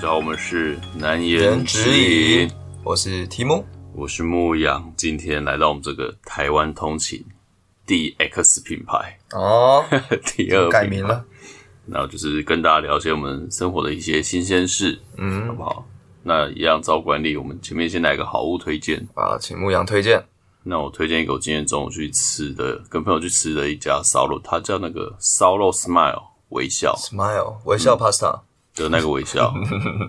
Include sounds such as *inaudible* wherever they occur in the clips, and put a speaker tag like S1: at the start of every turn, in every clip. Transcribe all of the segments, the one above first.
S1: 家好，我们是南
S2: 言
S1: 言
S2: 之
S1: 之
S2: 隐
S1: 隐，，
S2: 我是提姆。
S1: 我是牧羊，今天来到我们这个台湾通勤 DX 品牌 *laughs*
S2: 哦，
S1: 第二
S2: 改
S1: 品
S2: 名
S1: 牌
S2: 了，
S1: 然后就是跟大家聊一些我们生活的一些新鲜事，好
S2: 嗯
S1: 不好？那一样照惯例，我们前面先来个好物推荐。
S2: 啊，请牧羊推荐
S1: 那我推荐一个我今天中午去吃的，跟朋友去吃的一家烧肉，它叫那个烧肉 Smile 微笑
S2: Smile 微笑 Pasta，
S1: 的那个微
S2: *laughs*
S1: 笑，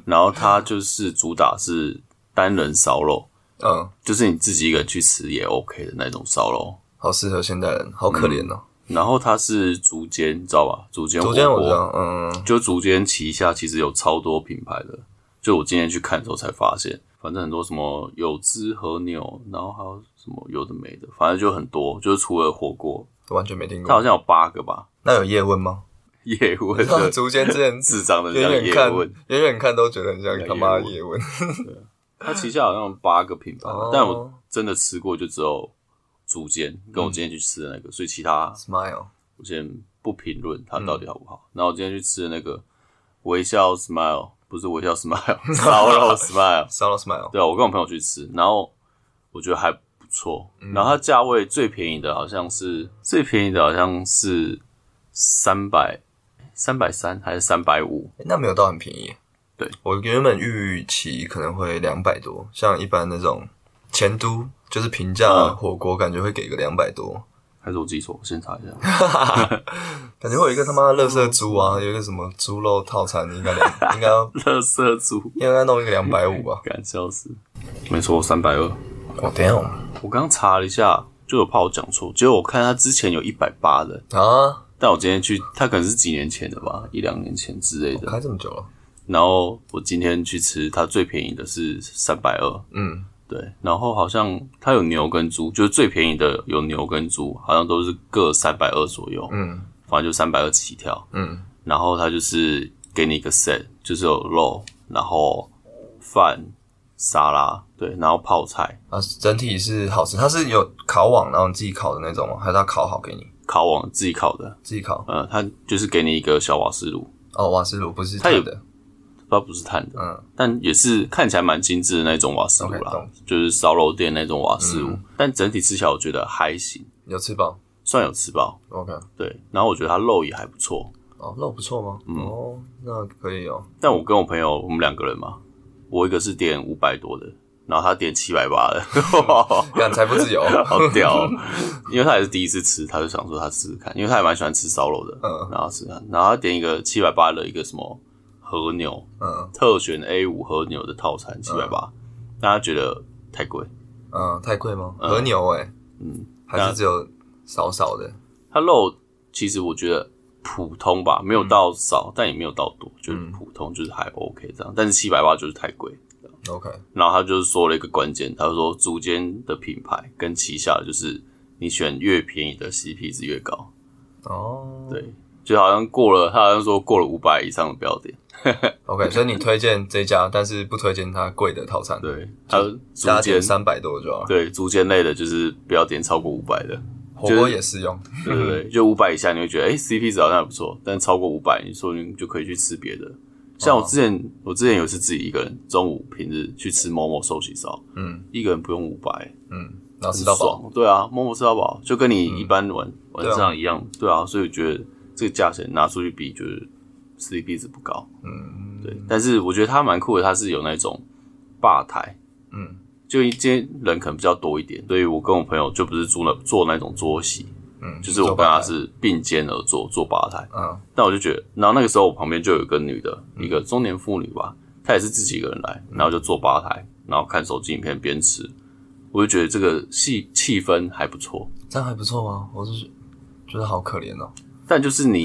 S1: 然后它就是主打是单人烧肉，
S2: 嗯，
S1: 就是你自己一个人去吃也 OK 的那种烧肉。
S2: 好适合现代人，好可怜哦。
S1: 然后它是竹间，你知道吧？竹间火
S2: 昨
S1: 锅，
S2: 天我知道，嗯，
S1: 就竹间旗下其实有超多品牌的，就我今天去看的时候才发现，反正很多什么有汁和牛，然后还有什么有的没的，反正就很多。就是除了火锅，
S2: 完全没听
S1: 它好
S2: 过。
S1: 像有八个吧。
S2: 那有叶问吗？
S1: 叶问的
S2: *laughs* 竹间之前
S1: 智障的叫
S2: 远远
S1: 叶
S2: 看
S1: 问，，
S2: 远远看都觉得很像
S1: 叶
S2: 他妈
S1: 问
S2: 叶问。
S1: 它旗下好像有八个品牌吧
S2: 哦，
S1: 但我真的吃过就只有竹间跟我今天去吃的那个，所以其他
S2: Smile，
S1: 我先不评论它到底好不好。那、我今天去吃的那个微笑 Smile，不是微笑 Smile，烧 *laughs* 肉 Smile，
S2: 烧了 Smile，
S1: 对啊，我跟我朋友去吃，然后我觉得还不错。然后它价位最便宜的好像是最便宜的好像是三百三百三还是三百五，
S2: 诶那没有到很便宜。
S1: 对
S2: 我原本预期可能会两百多，像一般那种前都就是平价
S1: 嗯
S2: 火锅，感觉会给个两百多。
S1: 还是我自己说？我先查一下。 *laughs*
S2: 感觉会有一个他妈的乐色猪啊，有一个什么猪肉套餐，应该
S1: *laughs*
S2: 两，应该要
S1: 乐色猪，
S2: 应该弄一个两百五吧。
S1: 敢笑死！没错，三百二。
S2: 我等下
S1: 我刚查了一下，就有怕我讲错，结果我看它之前有一百八的，
S2: 啊，
S1: 但我今天去，它可能是几年前的吧，一两年前之类的。
S2: 开这么久了，
S1: 然后我今天去吃，它最便宜的是三百二，
S2: 嗯，
S1: 对。然后好像它有牛跟猪，就是最便宜的有牛跟猪，好像都是各三百二左右，
S2: 嗯，
S1: 反正就三百二起跳。
S2: 嗯，
S1: 然后它就是给你一个 set，就是有肉，然后饭、沙拉，对，然后泡菜、
S2: 啊，整体是好吃，它是有烤网，然后你自己烤的那种吗？还是它烤好给你
S1: 烤网自己烤的，
S2: 自己烤？
S1: 呃，它就是给你一个小瓦斯炉，
S2: 哦，瓦斯炉不是
S1: 它有
S2: 烫的，
S1: 它不是碳的，
S2: 嗯，
S1: 但也是看起来蛮精致的那种瓦斯炉
S2: OK，
S1: 啦
S2: 懂
S1: 就是烧肉店那种瓦斯炉，但整体吃起来我觉得还行，
S2: 有吃饱
S1: 算有吃饱，
S2: ，OK，
S1: 对，然后我觉得它肉也还不错，
S2: 哦，肉不错
S1: 嗯
S2: 吗？哦，那可以哦，
S1: 但我跟我朋友我们两个人嘛，我一个是点五百多的，然后他点七百八的，
S2: 干财富自
S1: *laughs*
S2: 由，
S1: 好屌、哦！因为他也是第一次吃，他就想说他试试看，因为他也蛮喜欢吃烧肉的，
S2: 嗯
S1: 然后试试看，然后他点一个七百八的一个什么和牛
S2: 嗯
S1: 特选 A 五和牛的套餐七百八，但他觉得太贵，
S2: 嗯，太贵吗？和牛哎，
S1: 嗯，
S2: 还是只有少少的，
S1: 它肉其实我觉得普通吧，没有到少，但也没有到多，就是普通，就是还 OK 这样，但是七百八就是太贵。
S2: ，OK，
S1: 然后他就是说了一个关键，他就说竹间的品牌跟旗下的就是你选越便宜的 CP 值越高，
S2: 哦，
S1: 对，就好像过了，他好像说过了五百以上的标点，
S2: OK，所以你推荐这家，但是不推荐它贵的套餐。，
S1: 对，还有竹
S2: 加
S1: 间
S2: 点，三百多就好了。
S1: 对，竹间类的就是不要点超过五百的，
S2: 火锅也适用。
S1: 对对
S2: 嗯
S1: 对，就五百以下你会觉得，哎、c p 值好像还不错，但超过五百，你说不定就可以去吃别的。像
S2: 哦
S1: 我之前，我之前有一次自己一个人中午平日去吃某某寿喜烧，
S2: 嗯
S1: 一个人不用五百，
S2: 嗯，然后
S1: 很
S2: 吃到饱。嗯
S1: 爽。对啊，某某吃到饱，就跟你一般晚、晚
S2: 对
S1: 上一样。对啊，所以我觉得这个价钱拿出去比，就是 CP 值不高。
S2: 嗯，
S1: 对，但是我觉得它蛮酷的，它是有那种吧台，
S2: 嗯，
S1: 就一间人可能比较多一点，所以我跟我朋友就不是住那坐那种桌席，
S2: 嗯，
S1: 就是我
S2: 做
S1: 跟
S2: 吧
S1: 他
S2: 台。
S1: 是并肩而坐坐吧台，
S2: 嗯
S1: 但我就觉得，然后那个时候我旁边就有一个女的，一个中年妇女吧，她也是自己一个人
S2: 嗯
S1: 来，然后就坐吧台，然后看手机影片边吃，我就觉得这个气气氛还不错，
S2: 这样还不错吗？我是觉得好可怜哦。
S1: 但就是
S2: *laughs*
S1: 你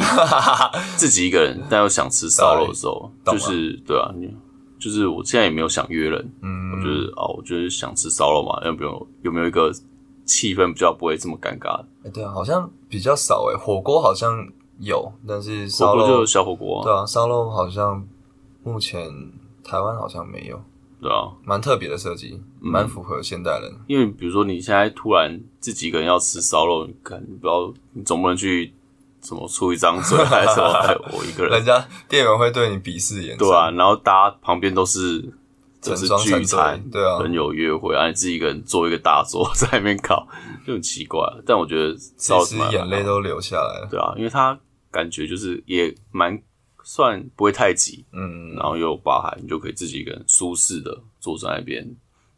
S1: 自己一个人，但又想吃烧肉的时候，
S2: 懂
S1: 就
S2: 了
S1: 是对啊，你就是我现在也没有想约人，我就
S2: 嗯，
S1: 是哦，我就是想吃烧肉嘛，有没有有没有一个气氛比较不会这么尴尬的？
S2: 哎对啊，好像比较少诶。火锅好像有，但是
S1: 火
S2: 烧
S1: 锅
S2: 肉
S1: 就，小火锅、
S2: 对
S1: 啊，
S2: 啊，烧肉好像目前台湾好像没有，
S1: 对啊，
S2: 蛮特别的设计，
S1: 嗯
S2: 蛮符合现代人。
S1: 因为比如说你现在突然自己一个人要吃烧肉，你看你不要，你总不能去什么出一张
S2: *laughs*
S1: 嘴还是什么，还有我一个人
S2: 人，家店员会对你鄙视眼神，
S1: 对啊，然后大家旁边都是就
S2: 成
S1: 是
S2: 双
S1: 聚
S2: 成
S1: 餐，
S2: 对对啊
S1: 朋友约会，啊，你自己一个人做一个大桌 *laughs* 在那边搞，就很奇怪。啊但我觉得
S2: 其
S1: 赵子
S2: 实
S1: 蛮
S2: 眼泪都流下来了。
S1: 对啊，因为他感觉就是也蛮算不会太急，
S2: 嗯，
S1: 然后又有吧海，你就可以自己一个人舒适的坐在那边，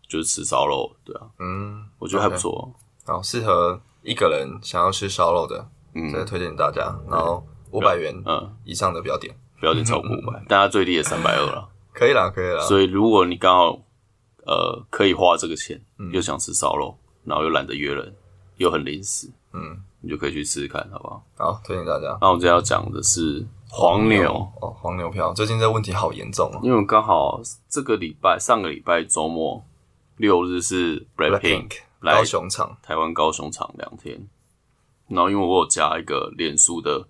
S1: 就是吃烧肉，对啊，
S2: 嗯，
S1: 我觉得还不错。
S2: 然后适合一个人想要吃烧肉的，这个
S1: 嗯
S2: 推荐给大家。然后五百元
S1: 嗯，
S2: 以上的不要点，
S1: 不要点超过五百，但他最低也三百二了。
S2: 可以啦，可以啦。
S1: 所以如果你刚好呃可以花这个钱，又想吃烧肉，然后又懒得约人，又很临时，
S2: 嗯，
S1: 你就可以去试试看，好不好？
S2: 好，推荐给大家。
S1: 那我们今天要讲的是黄牛，
S2: 哦，黄牛票，最近这问题好严重哦。
S1: 因为我刚好这个礼拜上个礼拜周末六日是 Blackpink 来
S2: 高雄场，
S1: 台湾高雄场两天，然后因为我有加一个脸书的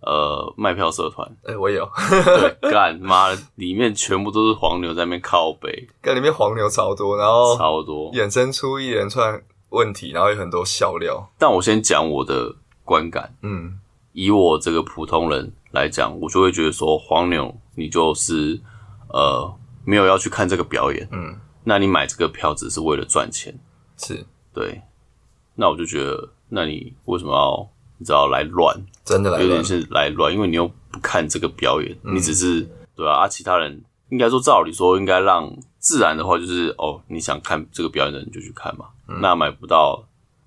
S1: 呃卖票社 *laughs* 团，
S2: 哎，我也有， *laughs*
S1: 对，干妈的里面全部都是黄牛在那边靠北，
S2: 跟里面黄牛超多，然后
S1: 超多。
S2: 衍生出一连串问题，然后有很多笑料。
S1: 但我先讲我的观感，
S2: 嗯，
S1: 以我这个普通人来讲，我就会觉得说黄牛你就是呃没有要去看这个表演，
S2: 嗯，
S1: 那你买这个票只是为了赚钱，
S2: 是
S1: 对，那我就觉得那你为什么要你知道来乱？
S2: 真的来
S1: 有
S2: 乱
S1: 点是来乱，因为你又不看这个表演，
S2: 嗯
S1: 你只是对啊，啊，其他人应该说照理说应该让自然的话就是哦，你想看这个表演的人就去看嘛，
S2: 嗯
S1: 那买不到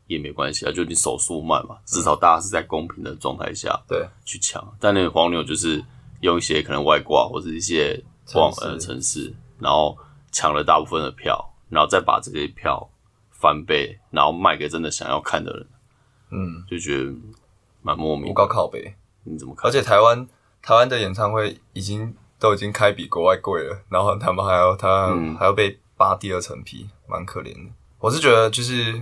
S1: 也没关系啊，就你手速慢
S2: 嗯
S1: 嘛，至少大家是在公平的状态下
S2: 对，
S1: 去抢。啊但那个黄牛就是用一些可能外挂或者一些网
S2: 城市
S1: 呃城市，然后抢了大部分的票，然后再把这些票翻倍，然后卖给真的想要看的人，
S2: 嗯，
S1: 就觉得蛮莫名
S2: 无
S1: 的。
S2: 高靠北。
S1: 你怎么看？
S2: 而且台湾台湾的演唱会已经都已经开比国外贵了，然后他们还要他、
S1: 嗯
S2: 还要被扒第二层皮，蛮可怜的。我是觉得就是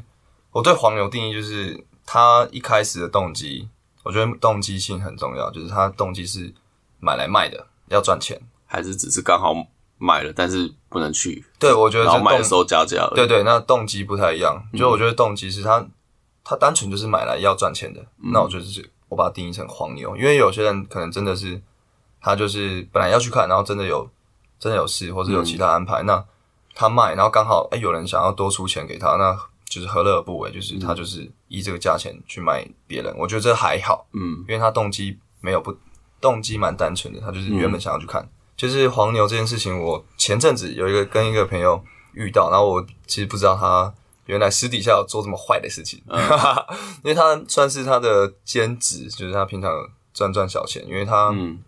S2: 我对黄牛定义就是他一开始的动机，我觉得动机性很重要，就是他动机是买来卖的，要赚钱。
S1: 还是只是刚好买了，但是不能去，
S2: 对，我觉得
S1: 然
S2: 这
S1: 后买
S2: 动
S1: 的时候加价而已。嗯
S2: 对对，那动机不太一样。就我觉得动机是他，他单纯就是买来要赚钱的。
S1: 嗯
S2: 那我就是我把它定义成黄牛，因为有些人可能真的是他就是本来要去看，然后真的有真的有事，或是有其他安
S1: 嗯
S2: 排，那他卖，然后刚好哎、有人想要多出钱给他，那就是何乐而不为？就是
S1: 嗯
S2: 他就是以这个价钱去卖别人，我觉得这还好。
S1: 嗯，
S2: 因为他动机没有不动机蛮单纯的，他
S1: 嗯
S2: 就是原本想要去看。就是黄牛这件事情，我前阵子有一个跟一个朋友遇到，然后我其实不知道他原来私底下有做这么坏的事情，
S1: 嗯
S2: *laughs* 因为他算是他的兼职，就是他平常有赚赚小钱，因为他、
S1: 嗯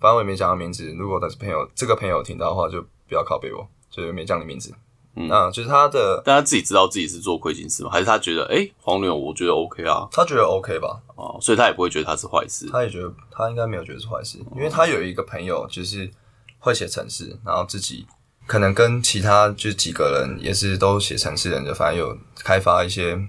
S2: 反正我也没讲他名字，如果他是朋友这个朋友听到的话，就不要拷贝我，就是没讲你名字。
S1: 嗯
S2: 那就是他的，
S1: 但他自己知道自己是做亏心事吗？还是他觉得，哎、黄牛我觉得 OK 啊，
S2: 他觉得 OK 吧？
S1: 哦，所以他也不会觉得他是坏事。
S2: 他也觉得他应该没有觉得是坏事，因为他有一个朋友就是会写程式，然后自己可能跟其他就几个人也是都写程式的人，就反正有开发一些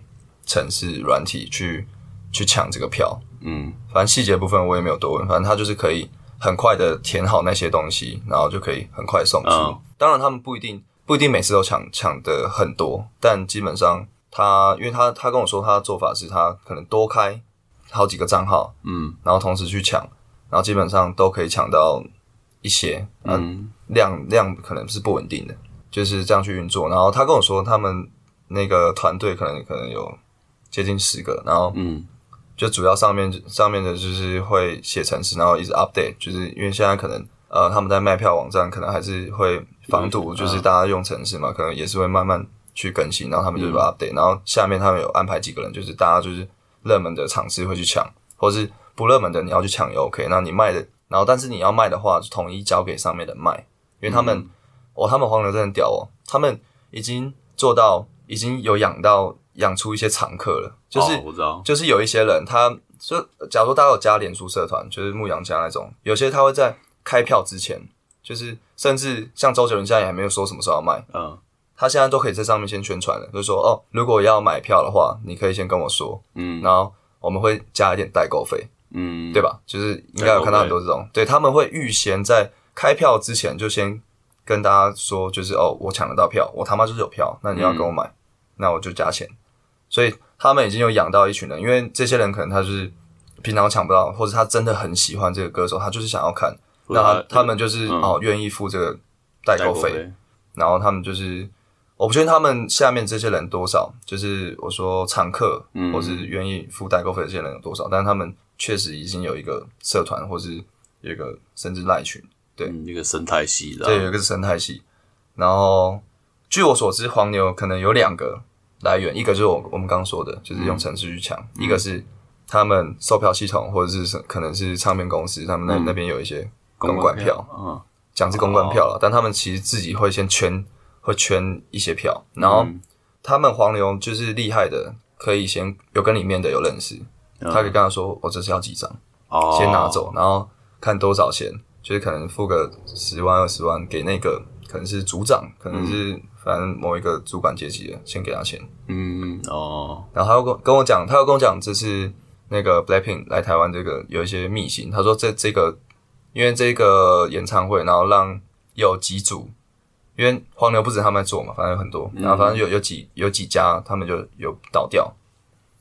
S2: 程式软体去去抢这个票。
S1: 嗯
S2: 反正细节部分我也没有多问，反正他就是可以很快的填好那些东西，然后就可以很快送出。
S1: 嗯
S2: 当然他们不一定不一定每次都抢抢的很多，但基本上他因为他他跟我说他的做法是他可能多开好几个账号。
S1: 嗯
S2: 然后同时去抢，然后基本上都可以抢到一些，嗯，
S1: 嗯
S2: 量量可能是不稳定的，就是这样去运作。然后他跟我说，他们那个团队可能可能有接近十个，然后
S1: 嗯
S2: 就主要上面上面的就是会写程式，然后一直 update，就是因为现在可能呃他们在卖票网站可能还是会防
S1: 嗯
S2: 堵，就是大家用程式嘛，可能也是会慢慢去更新，然后他
S1: 嗯
S2: 们就是把 update，、然后下面他们有安排几个人，就是大家就是热门的场次会去抢，或是不热门的你要去抢也 OK，那你卖的，然后但是你要卖的话，就统一交给上面的卖，因为他们、哦，他们黄牛真的屌哦，他们已经做到已经有养到养出一些常客了，就是。
S1: 哦我知道，
S2: 就是有一些人，他就假如说大家有加脸书社团，就是牧羊家那种，有些他会在开票之前，就是甚至像周杰伦现在也还没有说什么时候要卖，
S1: 嗯
S2: 他现在都可以在上面先宣传了，就是说哦，如果要买票的话，你可以先跟我说，
S1: 嗯
S2: 然后我们会加一点代购费，
S1: 嗯，
S2: 对吧？就是应该有看到很多这种，对他们会预先在开票之前就先跟大家说，就是哦，我抢得到票，我他妈就是有票，那你要跟我买，那我就加钱。所以他们已经有养到一群人，因为这些人可能他就是平常抢不到，或者他真的很喜欢这个歌手，他就是想要看，
S1: 或
S2: 那
S1: 者
S2: 他
S1: 他
S2: 他们就是、
S1: 嗯
S2: 哦愿意付这个代
S1: 代
S2: 购
S1: 购
S2: 费，
S1: 费，
S2: 然后他们就是，我不确定他们下面这些人多少，就是我说常客，
S1: 嗯
S2: 或是愿意付代购费的这些人有多少，但是他们确实已经有一个社团，或是有一个甚至赖群，对
S1: 嗯，一个生态系的啊，
S2: 这有一个是生态系。然后据我所知，黄牛可能有两个来源，一个就是我我们刚刚说的，就是用城市去抢，一个是他们售票系统，或者是什可能是唱片公司，他们那、
S1: 嗯
S2: 那边有一些
S1: 公
S2: 公关票，
S1: 嗯，
S2: 讲是公关票了，
S1: 哦
S2: 但他们其实自己会先圈，会圈一些票，然后
S1: 嗯
S2: 他们黄牛就是厉害的，可以先有跟里面的有认识，
S1: 嗯
S2: 他可以跟他说我这是要几张，
S1: 哦
S2: 先拿走，然后看多少钱，就是可能付个十万二十万给那个可能是组长，可能是反正某一个主管阶级的，先给他钱，
S1: 嗯哦，
S2: 然后他又跟跟我讲，他又跟我讲这次那个 Blackpink 来台湾这个有一些秘辛，他说这这个因为这个演唱会，然后让有几组，因为黄牛不止他们在做嘛，反正有很多，然后反正有有几有几家他们就有倒掉，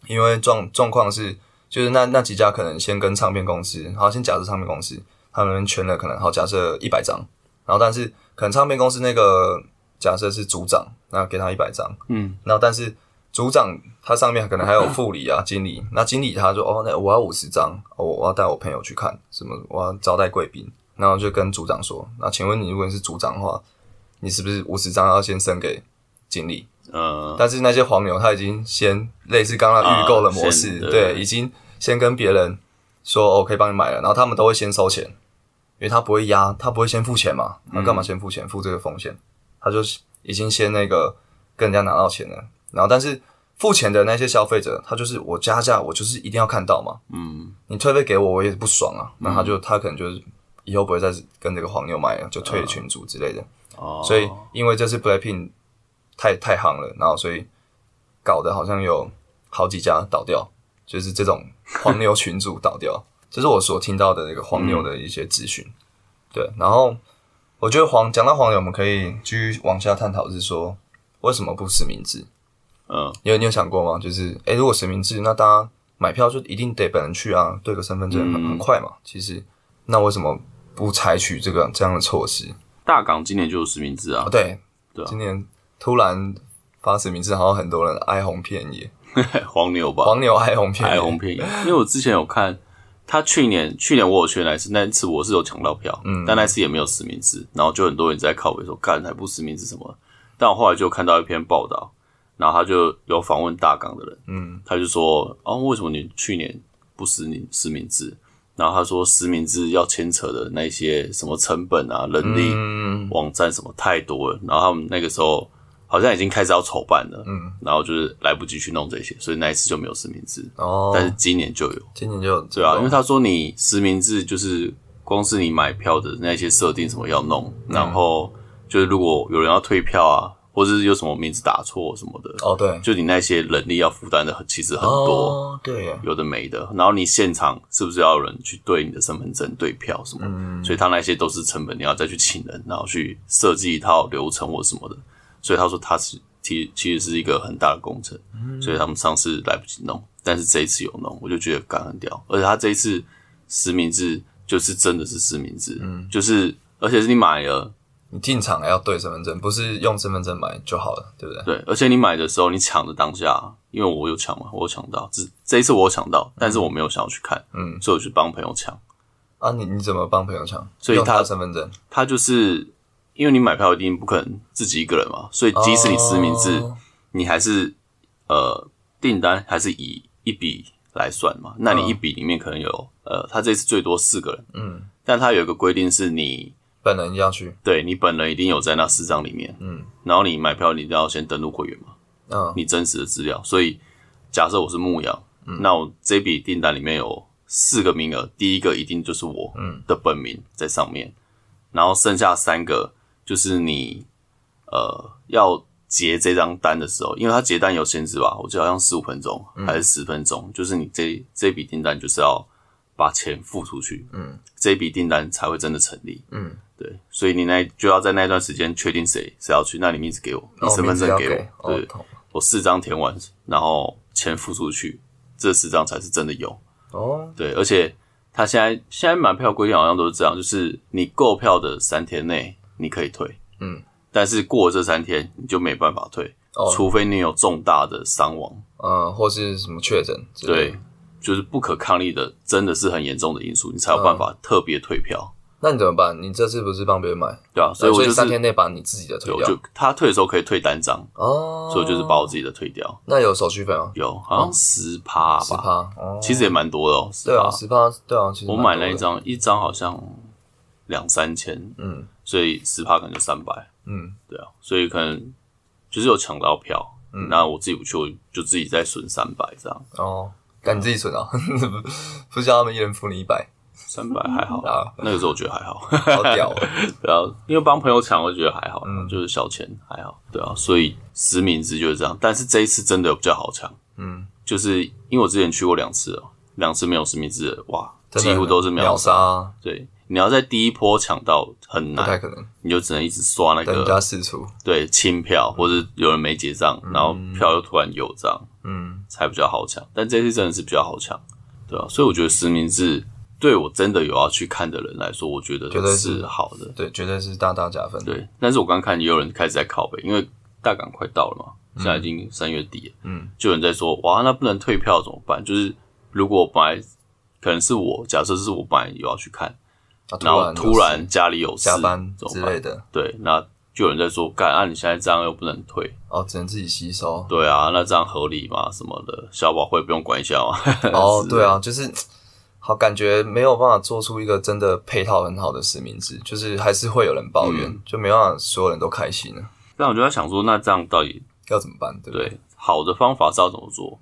S2: 因为状状况是就是那那几家可能先跟唱片公司，好先假设唱片公司他们圈了可能好假设一百张，然后但是可能唱片公司那个假设是组长，那给他一百张，
S1: 嗯，
S2: 然后但是组长他上面可能还有副理啊、经理，那经理他说哦，那我要五十张，哦我我要带我朋友去看，什么我要招待贵宾，然后就跟组长说，那请问你如果你是组长的话，你是不是五十张要先升给经理？
S1: 呃，
S2: 但是那些黄牛他已经先类似刚刚预购的模
S1: 啊
S2: 式，
S1: 先
S2: 对，
S1: 对
S2: 已经先跟别人说哦，我可以帮你买了，然后他们都会先收钱，因为他不会压，他不会先付钱嘛，他
S1: 嗯
S2: 干嘛先付钱、付这个风险？他就已经先那个跟人家拿到钱了，然后但是付钱的那些消费者，他就是我加价，我就是一定要看到嘛，
S1: 嗯，
S2: 你退费给我，我也不爽啊，那他就他可能就是以后不会再跟这个黄牛买了，就
S1: 啊
S2: 退群主之类的。
S1: 哦，
S2: 所以因为这次 Blackpink 太太夯了，然后所以搞得好像有好几家倒掉，就是这种黄牛群主倒掉， *laughs* 这是我所听到的那个黄牛的一些资讯。对，然后我觉得黄讲到黄牛，我们可以继续往下探讨，是说为什么不实名制？
S1: 嗯，
S2: 你有你有想过吗？就是诶、如果实名制，那大家买票就一定得本人去啊，对个身份证很、很快嘛。其实那为什么不采取这个这样的措施？
S1: 大港今年就有实名制啊
S2: 哦，，对，
S1: 对啊
S2: 今年突然发实名制，好像很多人哀鸿遍野，
S1: 黄牛吧，
S2: 黄牛哀鸿遍野，
S1: 彩虹片，因为我之前有看他去年，去年我有去那一次，那一次我是有抢到票，嗯，但那次也没有实名制，然后就很多人在靠北说，干还不实名制什么的？但我后来就看到一篇报道，然后他就有访问大港的人，
S2: 嗯，
S1: 他就说，哦，为什么你去年不实名实名制？然后他说实名制要牵扯的那些什么成本啊、人力、
S2: 嗯，
S1: 网站什么太多了，然后他们那个时候好像已经开始要筹办了，嗯，然后就是来不及去弄这些，所以那一次就没有实名制。
S2: 哦，
S1: 但是今年就有，
S2: 今年就有这
S1: 对啊，因为
S2: 种
S1: 他说你实名制就是光是你买票的那些设定什么要弄，
S2: 嗯
S1: 然后就是如果有人要退票啊，或者是有什么名字打错什么的，
S2: 哦，对，
S1: 就你那些人力要负担的很其实很多，
S2: 哦，对耶，
S1: 有的没的，然后你现场是不是要有人去对你的身份证对票什么的？所以他那些都是成本，你要再去请人，然后去设计一套流程或什么的。所以他说他是其其实是一个很大的工程，所以他们上次来不及弄，但是这一次有弄，我就觉得感很屌。而且他这一次实名制就是真的是实名制，就是而且是你买了
S2: 你进场还要对身份证，不是用身份证买就好了，对不对？
S1: 对，而且你买的时候，你抢的当下，因为我有抢嘛，我有抢到，这这一次我有抢到，但是我没有想要去看，
S2: 嗯
S1: 所以我去帮朋友抢。
S2: 啊，你你怎么帮朋友抢？
S1: 所以
S2: 用
S1: 他
S2: 他的身份证，
S1: 他就是因为你买票一定不可能自己一个人嘛，所以即使你实名制，
S2: 哦
S1: 你还是呃订单还是以一笔来算嘛。那你一笔里面可能有呃，他这次最多四个人，
S2: 嗯，
S1: 但他有一个规定是你
S2: 本人要去，
S1: 对你本人一定有在那四张里面，
S2: 嗯，
S1: 然后你买票你一定要先登录会员嘛，
S2: 嗯，
S1: 你真实的资料。所以假设我是牧羊，
S2: 嗯
S1: 那我这笔订单里面有四个名额，第一个一定就是我
S2: 嗯
S1: 的本名在上面，然后剩下三个就是你呃要结这张单的时候，因为它结单有限制吧，我记得好像十五分钟
S2: 嗯
S1: 还是十分钟，就是你这这笔订单就是要把钱付出去，
S2: 嗯，
S1: 这笔订单才会真的成立，
S2: 嗯。
S1: 对，所以你那就要在那段时间确定谁谁要去，那你名字给我，你
S2: 哦
S1: 身份
S2: 名字
S1: 证
S2: 要
S1: 给我，
S2: 给哦
S1: 对，
S2: 懂
S1: 我四张填完，然后钱付出去，这四张才是真的有。
S2: 哦，
S1: 对，而且他现在现在买票规定好像都是这样，就是你购票的三天内你可以退，
S2: 嗯，
S1: 但是过了这三天你就没办法退，
S2: 哦
S1: 除非你有重大的伤亡，
S2: 呃，或是什么确诊之类的
S1: 对，，就是不可抗力的，真的是很严重的因素，你
S2: 嗯
S1: 才有办法特别退票，
S2: 那你怎么办？你这次不是帮别人买，
S1: 对啊，所以
S2: 呃
S1: 我就
S2: 你
S1: 是
S2: 三天内把你自己的退
S1: 对，我
S2: 掉
S1: 就他退的时候可以退单张，
S2: 哦，
S1: 所以我就是把我自己的退掉，
S2: 那有手续费吗？
S1: 有好像十趴
S2: 十
S1: 吧，
S2: 趴，哦，
S1: 其实也蛮多的哦，十
S2: 对啊，
S1: 趴，
S2: 十趴，对啊，其实
S1: 我
S2: 蛮
S1: 买
S2: 多
S1: 那一
S2: 的，
S1: 张，一张好像两三千，
S2: 嗯
S1: 所以十趴可能就三百。
S2: 嗯，
S1: 对啊，所以可能就是有抢到票，
S2: 嗯
S1: 那我自己不去，我就自己再损三百这样，
S2: 哦，干你自己存啊， *laughs* 不是叫他们一人付你一百，
S1: 三百还好
S2: 啊，
S1: 那个时候我觉得还好， *laughs*
S2: 好屌哦，
S1: 对啊，因为帮朋友抢，我觉得还好，
S2: 嗯
S1: 就是小钱还好，对啊，所以实名制就是这样，但是这一次真的比较好抢，
S2: 嗯，
S1: 就是因为我之前去过两次了，两次没有实名制的，哇，
S2: 真
S1: 几
S2: 的
S1: 乎都是秒
S2: 秒杀啊，
S1: 对，你要在第一波抢到很
S2: 不太
S1: 难，
S2: 可能，
S1: 你就只能一直刷那
S2: 等人
S1: 个
S2: 家试出，
S1: 哎对清
S2: 嗯
S1: 票，或者有人没结账，然后票又突然有这样。
S2: 嗯，
S1: 才比较好抢，但这次真的是比较好抢，对啊，所以我觉得实名制对我真的有要去看的人来说，我觉得
S2: 绝对是
S1: 是好的。
S2: 对，绝对是大大加分，
S1: 对，但是我刚看也有人开始在拷贝，因为大港快到了嘛，现在已经三月底了，
S2: 嗯，
S1: 就有人在说，哇，那不能退票怎么办？就是如果本来可能是我，假设是我本来有要去看，
S2: 啊
S1: 然后
S2: 突
S1: 突
S2: 然有
S1: 然
S2: 事
S1: 家里有事
S2: 加班
S1: 怎
S2: 之
S1: 么
S2: 类
S1: 办？
S2: 的，
S1: 对，那就有人在说，干，啊，你现在这样又不能退，
S2: 哦，只能自己吸收，
S1: 对啊，那这样合理吗？什么的，消保会不用管一下吗？ *laughs*
S2: 哦，
S1: 之类的
S2: 对啊，就是好感觉没有办法做出一个真的配套很好的实名制，就是还是会有人抱
S1: 嗯
S2: 怨，就没办法所有人都开心了，
S1: 但我就在想说，那这样到底
S2: 要怎么办？对不对？
S1: 对好的方法是要怎么做？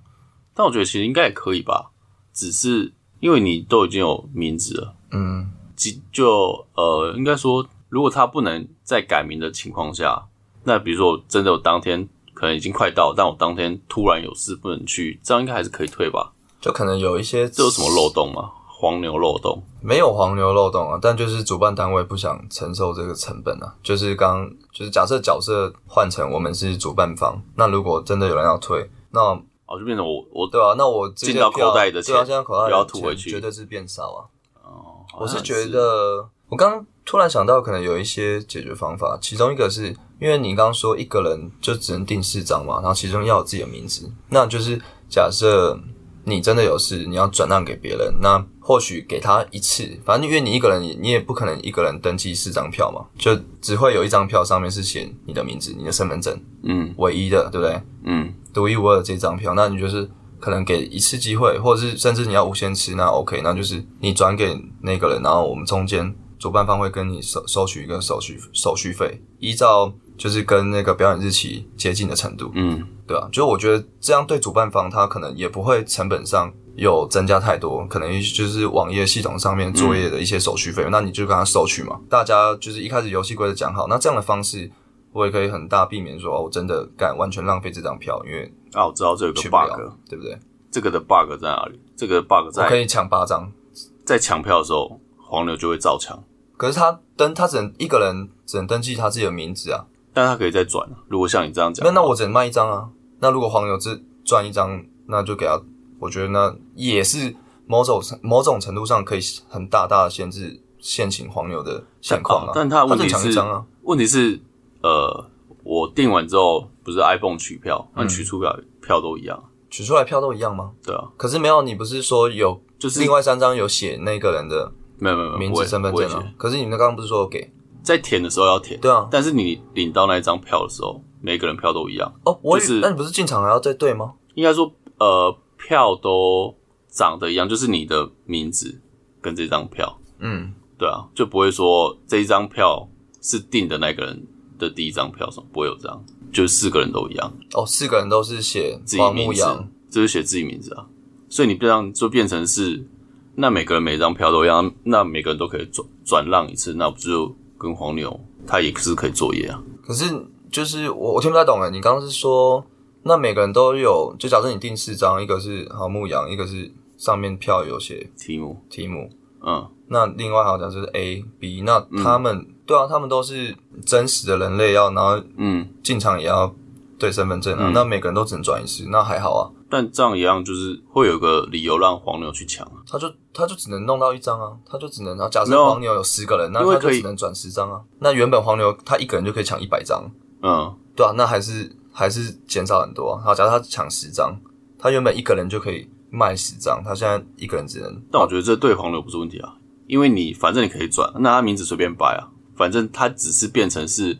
S1: 但我觉得其实应该也可以吧，只是因为你都已经有名字了，
S2: 嗯，
S1: 即就呃，应该说，如果他不能在改名的情况下，那比如说我真的我当天可能已经快到，但我当天突然有事不能去，这样应该还是可以退吧？
S2: 就可能有一些
S1: 这有什么漏洞吗？黄牛漏洞？
S2: 没有黄牛漏洞啊，但就是主办单位不想承受这个成本啊。就是刚就是假设角色换成我们是主办方，那如果真的有人要退，那
S1: 哦，就变成我我
S2: 对啊，那我这些
S1: 进到
S2: 票
S1: 口袋的钱
S2: 对啊，进到口袋的
S1: 又要吐
S2: 钱
S1: 回去
S2: 绝对是变少啊。
S1: 哦
S2: 我是
S1: 好像
S2: 觉得，我刚突然想到，可能有一些解决方法，其中一个是因为你刚刚说一个人就只能订四张嘛，然后其中要有自己的名字，那就是假设你真的有事，你要转让给别人，那或许给他一次，反正因为你一个人，你你也不可能一个人登记四张票嘛，就只会有一张票上面是写你的名字、你的身份证，
S1: 嗯
S2: 唯一的，对不对？
S1: 嗯
S2: 独一无二的这张票，那你就是可能给一次机会，或者是甚至你要无限次，那 OK，那就是你转给那个人，然后我们中间主办方会跟你收收取一个手续手续费，依照就是跟那个表演日期接近的程度，
S1: 嗯，
S2: 对啊，就我觉得这样对主办方他可能也不会成本上有增加太多，可能就是网页系统上面作业的一些手续费，那你就跟他收取嘛。大家就是一开始游戏规则讲好，那这样的方式。我也可以很大避免说，哦我真的干完全浪费这张票，因为
S1: 啊，我知道这有个
S2: 去不
S1: bug，
S2: 了，对不对？
S1: 这个的 bug 在哪里？这个 bug
S2: 我可
S1: 在
S2: 以抢八张，
S1: 在抢票的时候，黄牛就会照抢。
S2: 可是他登他只能一个人只能登记他自己的名字啊，
S1: 但他可以再转啊。如果像你这样讲，
S2: 那那我只能卖一张啊。那如果黄牛只赚一张，那就给他，我觉得呢也是某种某种程度上可以很大大的限制现行黄牛的现况啊。
S1: 但他的问
S2: 只
S1: 题
S2: 抢
S1: 是
S2: 一张啊，
S1: 问题是，呃，我订完之后不是 iPhone 取票，
S2: 嗯
S1: 那取出票票都一样，
S2: 取出来票都一样吗？
S1: 对啊，
S2: 可是没有，你不是说有
S1: 就是嗯
S2: 另外三张有写那个人的
S1: 没有没有没有
S2: 名
S1: 不会
S2: 字、身份
S1: 不会
S2: 证啊
S1: 写？
S2: 可是你们刚刚不是说有给？
S1: 在填的时候要填，
S2: 对啊，
S1: 但是你领到那一张票的时候，每个人票都一样，
S2: 哦，我以
S1: 就是
S2: 那你不是进场还要再对吗？
S1: 应该说呃票都长得一样，就是你的名字跟这张票，
S2: 嗯，
S1: 对啊，就不会说这一张票是订的那个人的第一张票什么，不会有这样，就四个人都一样。
S2: 哦，四个人都是写
S1: 自己
S2: 黄牧
S1: 名字
S2: 羊，，
S1: 就是写自己名字啊。所以你这样就变成是，那每个人每张票都一样，那每个人都可以转转让一次，那不就跟黄牛他也是可以作业啊？
S2: 可是就是我我听不太懂哎，你刚刚是说那每个人都有，就假设你订四张，一个是好牧羊，一个是上面票有写
S1: 题目，
S2: 题目，
S1: 嗯，
S2: 那另外好像就是 A、B，那他们、对啊，他们都是真实的人类要，然后
S1: 嗯，
S2: 进场也要对身份证啊，那每个人都只能转一次，那还好啊，
S1: 但这样一样就是会有个理由让黄牛去抢啊，
S2: 他就他就只能弄到一张啊，他就只能，然后假
S1: 没
S2: 设
S1: 有
S2: 黄牛有十个人，那
S1: 因为
S2: 他就
S1: 可以
S2: 只能转十张啊。那原本黄牛他一个人就可以抢一百张，
S1: 嗯，
S2: 对啊，那还是还是减少很多啊。好，假设他抢十张，他原本一个人就可以卖十张，他现在一个人只能
S1: 但我觉得这对黄牛不是问题啊，因为你反正你可以转，那他名字随便摆啊，反正他只是变成是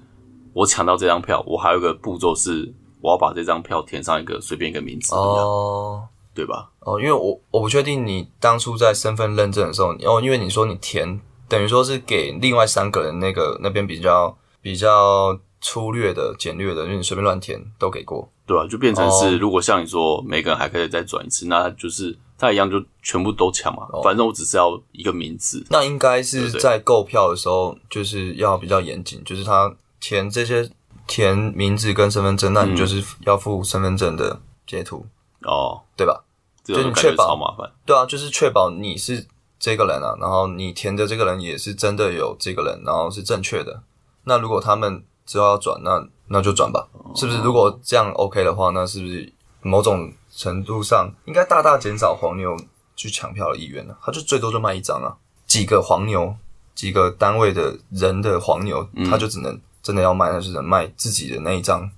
S1: 我抢到这张票，我还有一个步骤是我要把这张票填上一个随便一个名字，
S2: 哦
S1: 对吧？
S2: 哦，因为我我不确定你当初在身份认证的时候，你哦，因为你说你填等于说是给另外三个人那个那边比较比较粗略的简略的，就是你随便乱填都给过。
S1: 对啊，就变成是
S2: 哦
S1: 如果像你说每个人还可以再转一次，那就是他一样就全部都抢嘛
S2: 哦，
S1: 反正我只是要一个名字，
S2: 那应该
S1: 对
S2: 是
S1: 不对
S2: 在购票的时候，就是要比较严谨，就是他填这些填名字跟身份证，那你
S1: 嗯
S2: 就是要附身份证的截图，
S1: 哦，
S2: 对吧？
S1: 这种
S2: 就你
S1: 感觉
S2: 确保
S1: 超麻烦。
S2: 对啊，就是确保你是这个人啊，然后你填的这个人也是真的有这个人，然后是正确的。那如果他们之后要转，那那就转吧，是不是？如果这样 OK 的话，那是不是某种程度上应该大大减少黄牛去抢票的意愿呢、他就最多就卖一张啊，几个黄牛，几个单位的人的黄牛，
S1: 嗯
S2: 他就只能真的要卖，他就只能卖自己的那一张，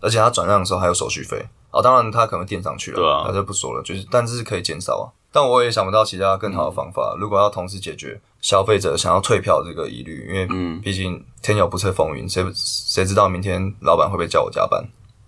S2: 而且他转让的时候还有手续费。哦，当然他可能垫上去了，
S1: 对啊
S2: 那就不说了，就是但是可以减少啊。但我也想不到其他更好的方
S1: 嗯
S2: 法。如果要同时解决消费者想要退票这个疑虑，因为
S1: 嗯
S2: 毕竟天有不测风云，谁谁知道明天老板会不会叫我加班，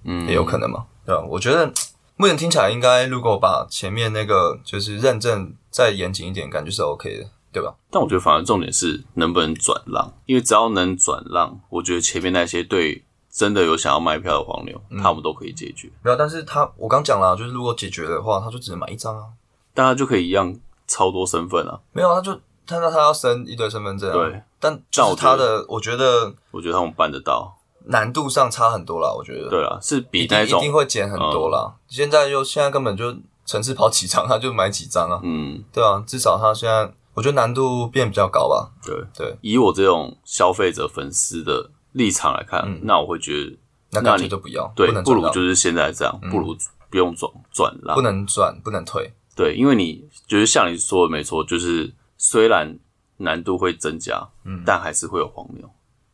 S1: 嗯，
S2: 也有可能嘛，对啊吧？我觉得目前听起来应该，如果把前面那个就是认证再严谨一点，感觉是 OK 的，对吧？
S1: 但我觉得反而重点是能不能转让，因为只要能转让，我觉得前面那些对真的有想要卖票的黄
S2: 嗯
S1: 牛，他们都可以解决，
S2: 没有，但是他我刚讲了啊，就是如果解决的话，他就只能买一张啊，
S1: 大家就可以一样超多身份啊。
S2: 没有，他就他那他要申一堆身份证啊，
S1: 对，
S2: 但就
S1: 但我觉
S2: 是他
S1: 得
S2: 的，我觉得
S1: 我觉得他们办得到。
S2: 难度上差很多啦，我觉得，
S1: 对啊，是比
S2: 一定
S1: 那
S2: 一
S1: 种嗯
S2: 定会减很多啦。现在就现在根本就城市跑几张，他就买几张啊，
S1: 嗯，
S2: 对啊，至少他现在我觉得难度变比较高吧。
S1: 对
S2: 对，
S1: 以我这种消费者粉丝的立场来看，那我会觉得
S2: 那
S1: 那
S2: 干脆
S1: 你
S2: 就不要，
S1: 对
S2: 嗯不，能
S1: 不
S2: 转
S1: 如
S2: 让，
S1: 就是现在这样，不如不用转转让
S2: 不。能转，不能退。
S1: 对，因为你就是像你说的没错，就是虽然难度会增加，
S2: 嗯
S1: 但还是会有黄牛。